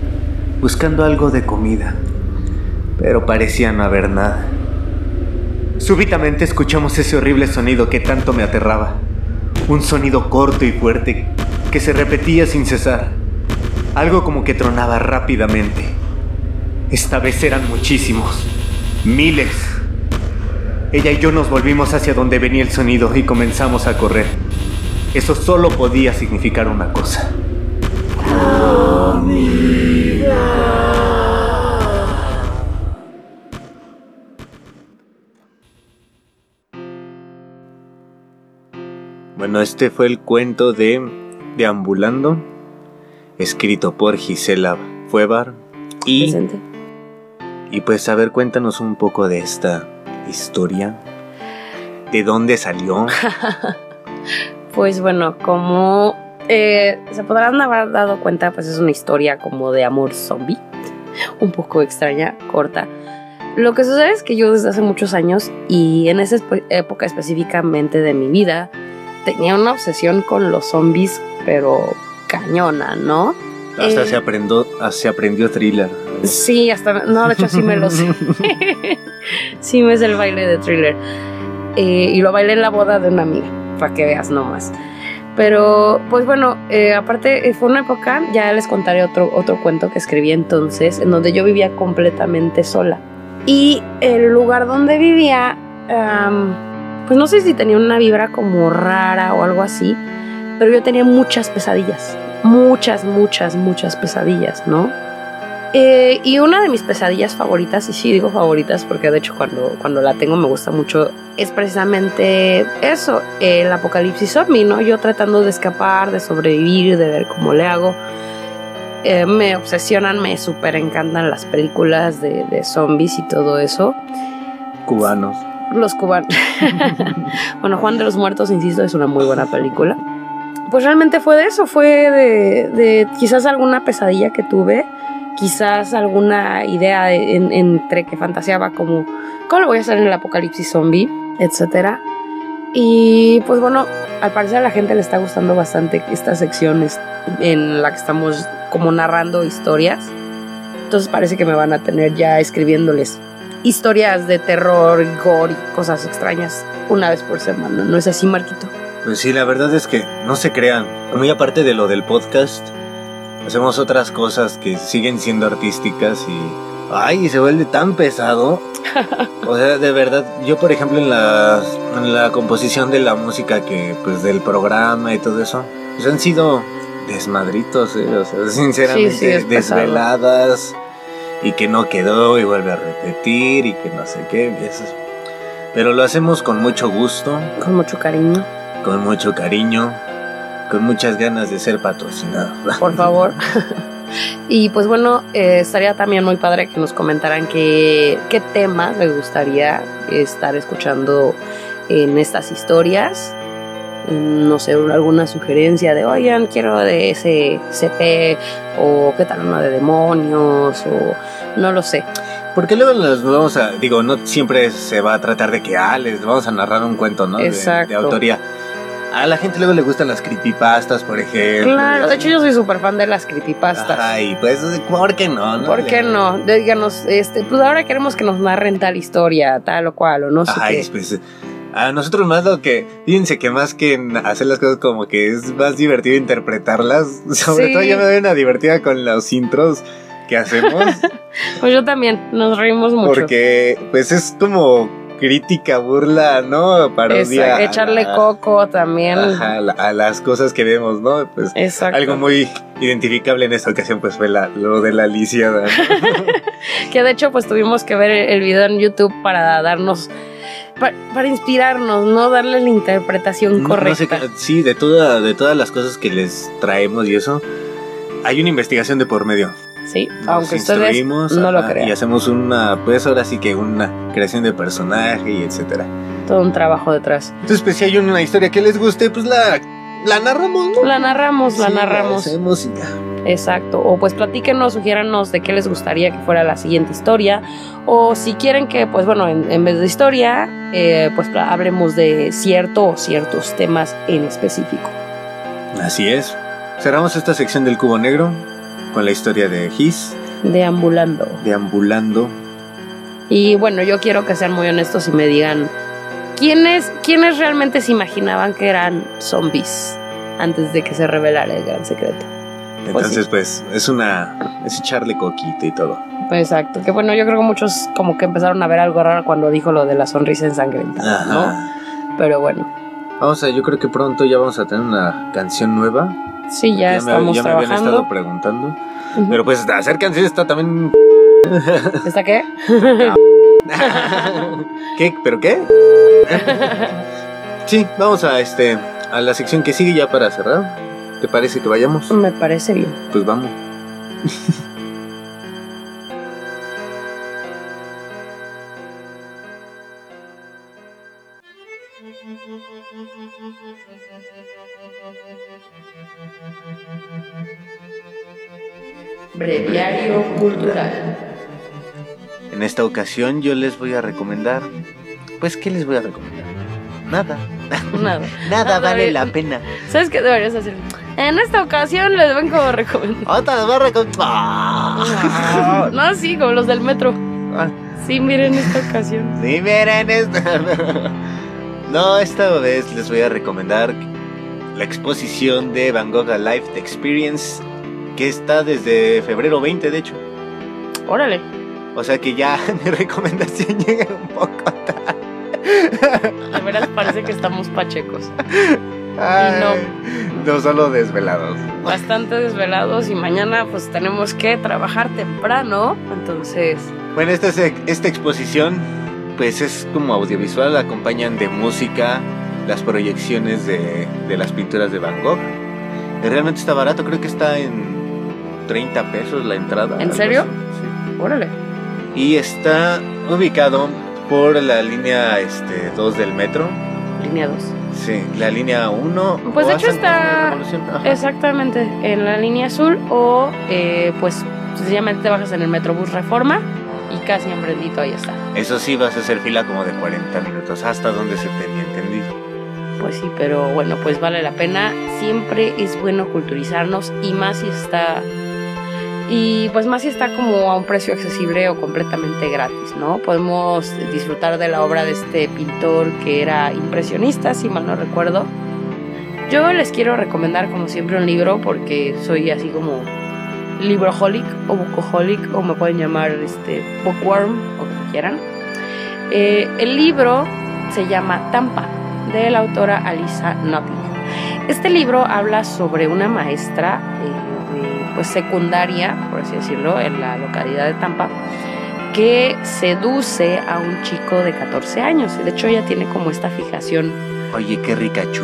Speaker 21: buscando algo de comida, pero parecía no haber nada. Súbitamente escuchamos ese horrible sonido que tanto me aterraba, un sonido corto y fuerte que se repetía sin cesar, algo como que tronaba rápidamente. Esta vez eran muchísimos, miles. Ella y yo nos volvimos hacia donde venía el sonido y comenzamos a correr. Eso solo podía significar una cosa.
Speaker 3: Bueno, este fue el cuento de Deambulando, escrito por Gisela Fuevar. Y, y pues, a ver, cuéntanos un poco de esta historia. ¿De dónde salió?
Speaker 1: Pues bueno, como eh, se podrán haber dado cuenta, pues es una historia como de amor zombie, un poco extraña, corta. Lo que sucede es que yo desde hace muchos años y en esa espe- época específicamente de mi vida tenía una obsesión con los zombies, pero cañona, ¿no?
Speaker 3: Hasta
Speaker 1: Eh,
Speaker 3: se aprendió, se aprendió thriller.
Speaker 1: Sí, hasta. No, de hecho, sí me lo sé. sí, me es el baile de thriller. Eh, y lo bailé en la boda de una amiga, para que veas nomás. Pero, pues bueno, eh, aparte eh, fue una época, ya les contaré otro, otro cuento que escribí entonces, en donde yo vivía completamente sola. Y el lugar donde vivía, am, pues no sé si tenía una vibra como rara o algo así, pero yo tenía muchas pesadillas, muchas, muchas, muchas pesadillas, ¿no? Eh, y una de mis pesadillas favoritas, y sí digo favoritas porque de hecho cuando, cuando la tengo me gusta mucho, es precisamente eso, el apocalipsis zombie, ¿no? Yo tratando de escapar, de sobrevivir, de ver cómo le hago. Eh, me obsesionan, me súper encantan las películas de, de zombies y todo eso.
Speaker 3: Cubanos.
Speaker 1: Los cubanos. bueno, Juan de los Muertos, insisto, es una muy buena película. Pues realmente fue de eso, fue de, de quizás alguna pesadilla que tuve, quizás alguna idea de- en- entre que fantaseaba como, ¿cómo lo voy a hacer en el apocalipsis zombie? Etcétera. Y pues bueno, al parecer a la gente le está gustando bastante estas secciones en la que estamos como narrando historias. Entonces parece que me van a tener ya escribiéndoles historias de terror, gore y cosas extrañas una vez por semana. ¿No es así, Marquito?
Speaker 3: Pues sí, la verdad es que no se crean. Muy aparte de lo del podcast, hacemos otras cosas que siguen siendo artísticas y. ¡Ay! Se vuelve tan pesado. O sea, de verdad, yo por ejemplo en la, en la composición de la música que, pues del programa y todo eso, pues han sido desmadritos, ¿eh? o sea, sinceramente,
Speaker 1: Sí, sí, es pesado.
Speaker 3: desveladas y que no quedó y vuelve a repetir y que no sé qué. y eso es- Pero lo hacemos con mucho gusto
Speaker 1: Con mucho cariño.
Speaker 3: con mucho cariño, con muchas ganas de ser patrocinado.
Speaker 1: Por favor. Y pues bueno, eh, estaría también muy padre que nos comentaran qué, qué temas les gustaría estar escuchando en estas historias. Mm, No sé, alguna sugerencia de, oigan, quiero de ese CP o qué tal uno de demonios o no lo sé.
Speaker 3: Porque luego nos vamos a, digo, no siempre se va a tratar de que, ah, les vamos a narrar un cuento, ¿no? De-
Speaker 1: Exacto.
Speaker 3: De, autoría. A la gente luego le gustan las creepypastas, por ejemplo.
Speaker 1: Claro, de hecho yo soy súper fan de las creepypastas.
Speaker 3: Ay, pues, ¿por qué no? no?
Speaker 1: ¿Por qué no? Díganos, este, pues ahora queremos que nos narren tal historia, tal o cual, o no sé
Speaker 3: Ay,
Speaker 1: qué.
Speaker 3: pues, a nosotros más lo que, fíjense que más que en hacer las cosas como que es más divertido interpretarlas, sobre
Speaker 1: Sí.
Speaker 3: todo yo me doy una divertida con los intros que hacemos.
Speaker 1: Pues yo también, nos reímos mucho.
Speaker 3: Porque, pues es como crítica, burla, ¿no? Parodia.
Speaker 1: Exacto,
Speaker 3: a
Speaker 1: echarle
Speaker 3: la-
Speaker 1: coco también.
Speaker 3: ajá, a, la- a las cosas que vemos, ¿no? Pues algo muy identificable en esta ocasión, pues fue la, lo de la Alicia. ¿no?
Speaker 1: Que de hecho, pues tuvimos que ver el el video en YouTube para darnos pa- para inspirarnos, ¿no? Darle la interpretación
Speaker 3: No- no
Speaker 1: correcta.
Speaker 3: sé qué- sí, de, toda, de todas las cosas que les traemos y eso, hay una investigación de por medio.
Speaker 1: Sí,
Speaker 3: Nos
Speaker 1: aunque ustedes
Speaker 3: instruimos,
Speaker 1: no lo
Speaker 3: ajá,
Speaker 1: crean.
Speaker 3: Y hacemos una, pues ahora sí que una creación de personaje y etcétera.
Speaker 1: Todo un trabajo detrás.
Speaker 3: Entonces, pues si hay una historia que les guste, pues la, la narramos, ¿no?
Speaker 1: La narramos, la
Speaker 3: Sí,
Speaker 1: narramos.
Speaker 3: hacemos y ya.
Speaker 1: Exacto. O pues platíquenos, sugiéranos de qué les gustaría que fuera la siguiente historia. O si quieren que, pues bueno, en, en vez de historia, eh, pues pla- hablemos de cierto o ciertos temas en específico.
Speaker 3: Así es. Cerramos esta sección del cubo negro con la historia de His
Speaker 1: Deambulando.
Speaker 3: deambulando.
Speaker 1: Y bueno, yo quiero que sean muy honestos y me digan quiénes, quiénes realmente se imaginaban que eran zombies antes de que se revelara el gran secreto.
Speaker 3: Entonces, pues, es una. Es echarle coquito y todo.
Speaker 1: Exacto. Que bueno, yo creo que muchos como que empezaron a ver algo raro cuando dijo lo de la sonrisa ensangrentada, ¿no?
Speaker 3: Ajá.
Speaker 1: Pero bueno,
Speaker 3: Vamos a, yo creo que pronto ya vamos a tener una canción nueva.
Speaker 1: sí, ya,
Speaker 3: me-
Speaker 1: estamos
Speaker 3: ya me, habían
Speaker 1: trabajando.
Speaker 3: estado preguntando.
Speaker 1: Ujú.
Speaker 3: Pero pues hacer canción está también.
Speaker 1: ¿Está qué?
Speaker 3: ¿Qué? ¿Pero qué? sí, vamos a este. a la sección que sigue ya para cerrar. ¿Te parece que vayamos?
Speaker 1: Me parece bien.
Speaker 3: Pues vamos.
Speaker 5: Breviario cultural.
Speaker 3: En esta ocasión yo les voy a recomendar. Pues, ¿qué les voy a recomendar? Nada.
Speaker 1: Nada.
Speaker 3: Nada vale
Speaker 1: bien.
Speaker 3: la pena.
Speaker 1: ¿Sabes qué deberías hacer? En esta ocasión les ven como recomendar.
Speaker 3: Otra les voy a ¡Ah! recomendar.
Speaker 1: No, sí, como los del metro. Sí, miren esta ocasión.
Speaker 3: Sí, miren esto. No, esta vez les voy a recomendar la exposición de Van Gogh Life The Experience, que está desde febrero 20, de hecho.
Speaker 1: Órale.
Speaker 3: O sea que ya mi recomendación llega un poco.
Speaker 1: De veras parece que estamos pachecos.
Speaker 3: Ay,
Speaker 1: no.
Speaker 3: No solo desvelados.
Speaker 1: Bastante desvelados y mañana pues tenemos que trabajar temprano. Entonces,
Speaker 3: Bueno, esta, se- esta exposición pues es como audiovisual, la acompañan de música, las proyecciones de, de las pinturas de Van Gogh. Y Realmente está barato, creo que está en 30 pesos la entrada.
Speaker 1: ¿en
Speaker 3: algo
Speaker 1: serio?
Speaker 3: así.
Speaker 1: Órale.
Speaker 3: Y está ubicado por la línea este, 2 del metro.
Speaker 1: Línea 2.
Speaker 3: Sí, la línea 1.
Speaker 1: Pues
Speaker 3: o
Speaker 1: de hecho
Speaker 3: hacen
Speaker 1: está
Speaker 3: como revolución, ajá.
Speaker 1: exactamente en la línea azul o eh, pues sencillamente te bajas en el Metrobús Reforma y casi en Brendito ahí está.
Speaker 3: Eso sí, vas a hacer fila como de 40 minutos, hasta donde se tenía entendido.
Speaker 1: Pues sí, pero bueno, pues vale la pena. Siempre es bueno culturizarnos y más si está. Y pues más si está como a un precio accesible o completamente gratis, ¿no? Podemos disfrutar de la obra de este pintor que era impresionista, si mal no recuerdo. Yo les quiero recomendar, como siempre, un libro porque soy así como libroholic o bucoholic, o me pueden llamar este, bookworm o como quieran. Eh, el libro se llama Tampa, de la autora Alisa Nottingham. Este libro habla sobre una maestra eh, de, pues, secundaria, por así decirlo, en la localidad de Tampa, que seduce a un chico de 14 años. De hecho, ella tiene como esta fijación
Speaker 3: Oye, qué rica chu.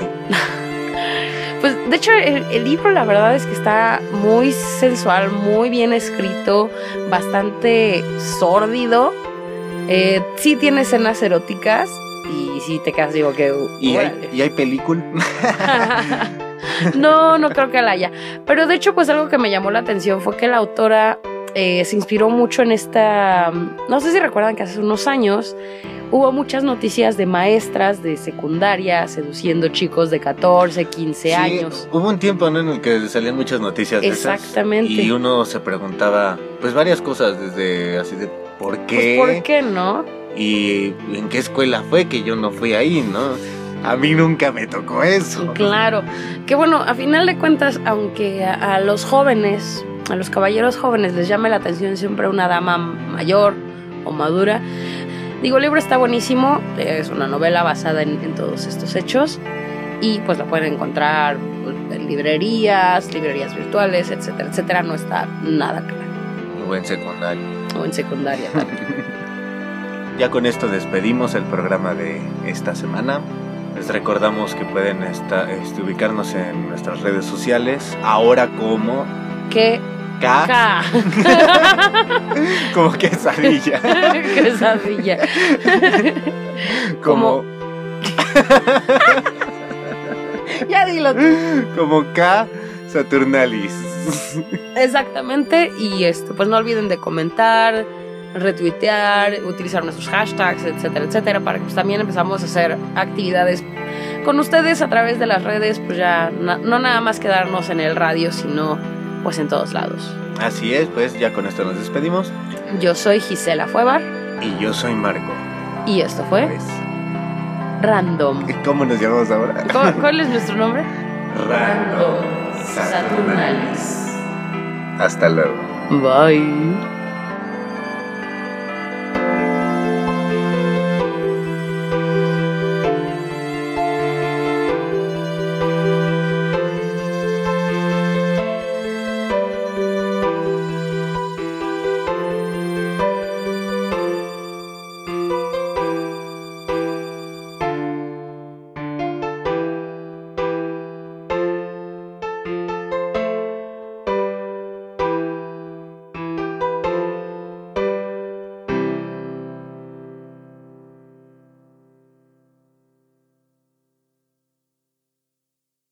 Speaker 1: pues de hecho el, el libro la verdad es que está muy sensual, muy bien escrito, bastante sórdido. Eh, sí tiene escenas eróticas y sí te quedas digo que...
Speaker 3: ¿Y hay,
Speaker 1: órale.
Speaker 3: ¿Y hay película?
Speaker 1: No, no creo que la haya. Pero de hecho, pues algo que me llamó la atención fue que la autora eh, se inspiró mucho en esta. No sé si recuerdan que hace unos años hubo muchas noticias de maestras de secundaria seduciendo chicos de 14, 15
Speaker 3: Sí,
Speaker 1: años.
Speaker 3: Hubo un tiempo ¿no? en el que salían muchas noticias de esas.
Speaker 1: Exactamente.
Speaker 3: y uno se preguntaba, pues varias cosas, desde así de por qué
Speaker 1: Pues, ¿Por qué no?
Speaker 3: y en qué escuela fue que yo no fui ahí, ¿no? A mí nunca me tocó eso.
Speaker 1: Claro, que bueno, a final de cuentas, aunque a, a los jóvenes, a los caballeros jóvenes les llame la atención siempre una dama mayor o madura, digo, el libro está buenísimo, es una novela basada en, en todos estos hechos y pues la pueden encontrar en librerías, librerías virtuales, etcétera, etcétera, no está nada claro,
Speaker 3: O en secundaria.
Speaker 1: o en secundaria también.
Speaker 3: Ya con esto despedimos el programa de esta semana. Les recordamos que pueden esta- este, ubicarnos en nuestras redes sociales. Ahora como
Speaker 1: ¿Qué?
Speaker 3: K,
Speaker 1: Ca.
Speaker 3: como quesadilla.
Speaker 1: Quesadilla.
Speaker 3: como
Speaker 1: ya dilo. tú.
Speaker 3: como K Saturnalis.
Speaker 1: Exactamente. Y esto, pues no olviden de comentar, retuitear, utilizar nuestros hashtags, etcétera, etcétera, para que pues, también empezamos a hacer actividades con ustedes a través de las redes, pues ya na- no nada más quedarnos en el radio, sino pues en todos lados.
Speaker 3: Así es, pues ya con esto nos despedimos.
Speaker 1: Yo soy Gisela Fuevar
Speaker 3: Y yo soy Marco.
Speaker 1: y esto fue Random.
Speaker 3: ¿Y ¿Cómo nos llamamos ahora?
Speaker 1: ¿Cuál, cuál es nuestro nombre?
Speaker 3: Random Saturnalis. Hasta luego.
Speaker 1: Bye.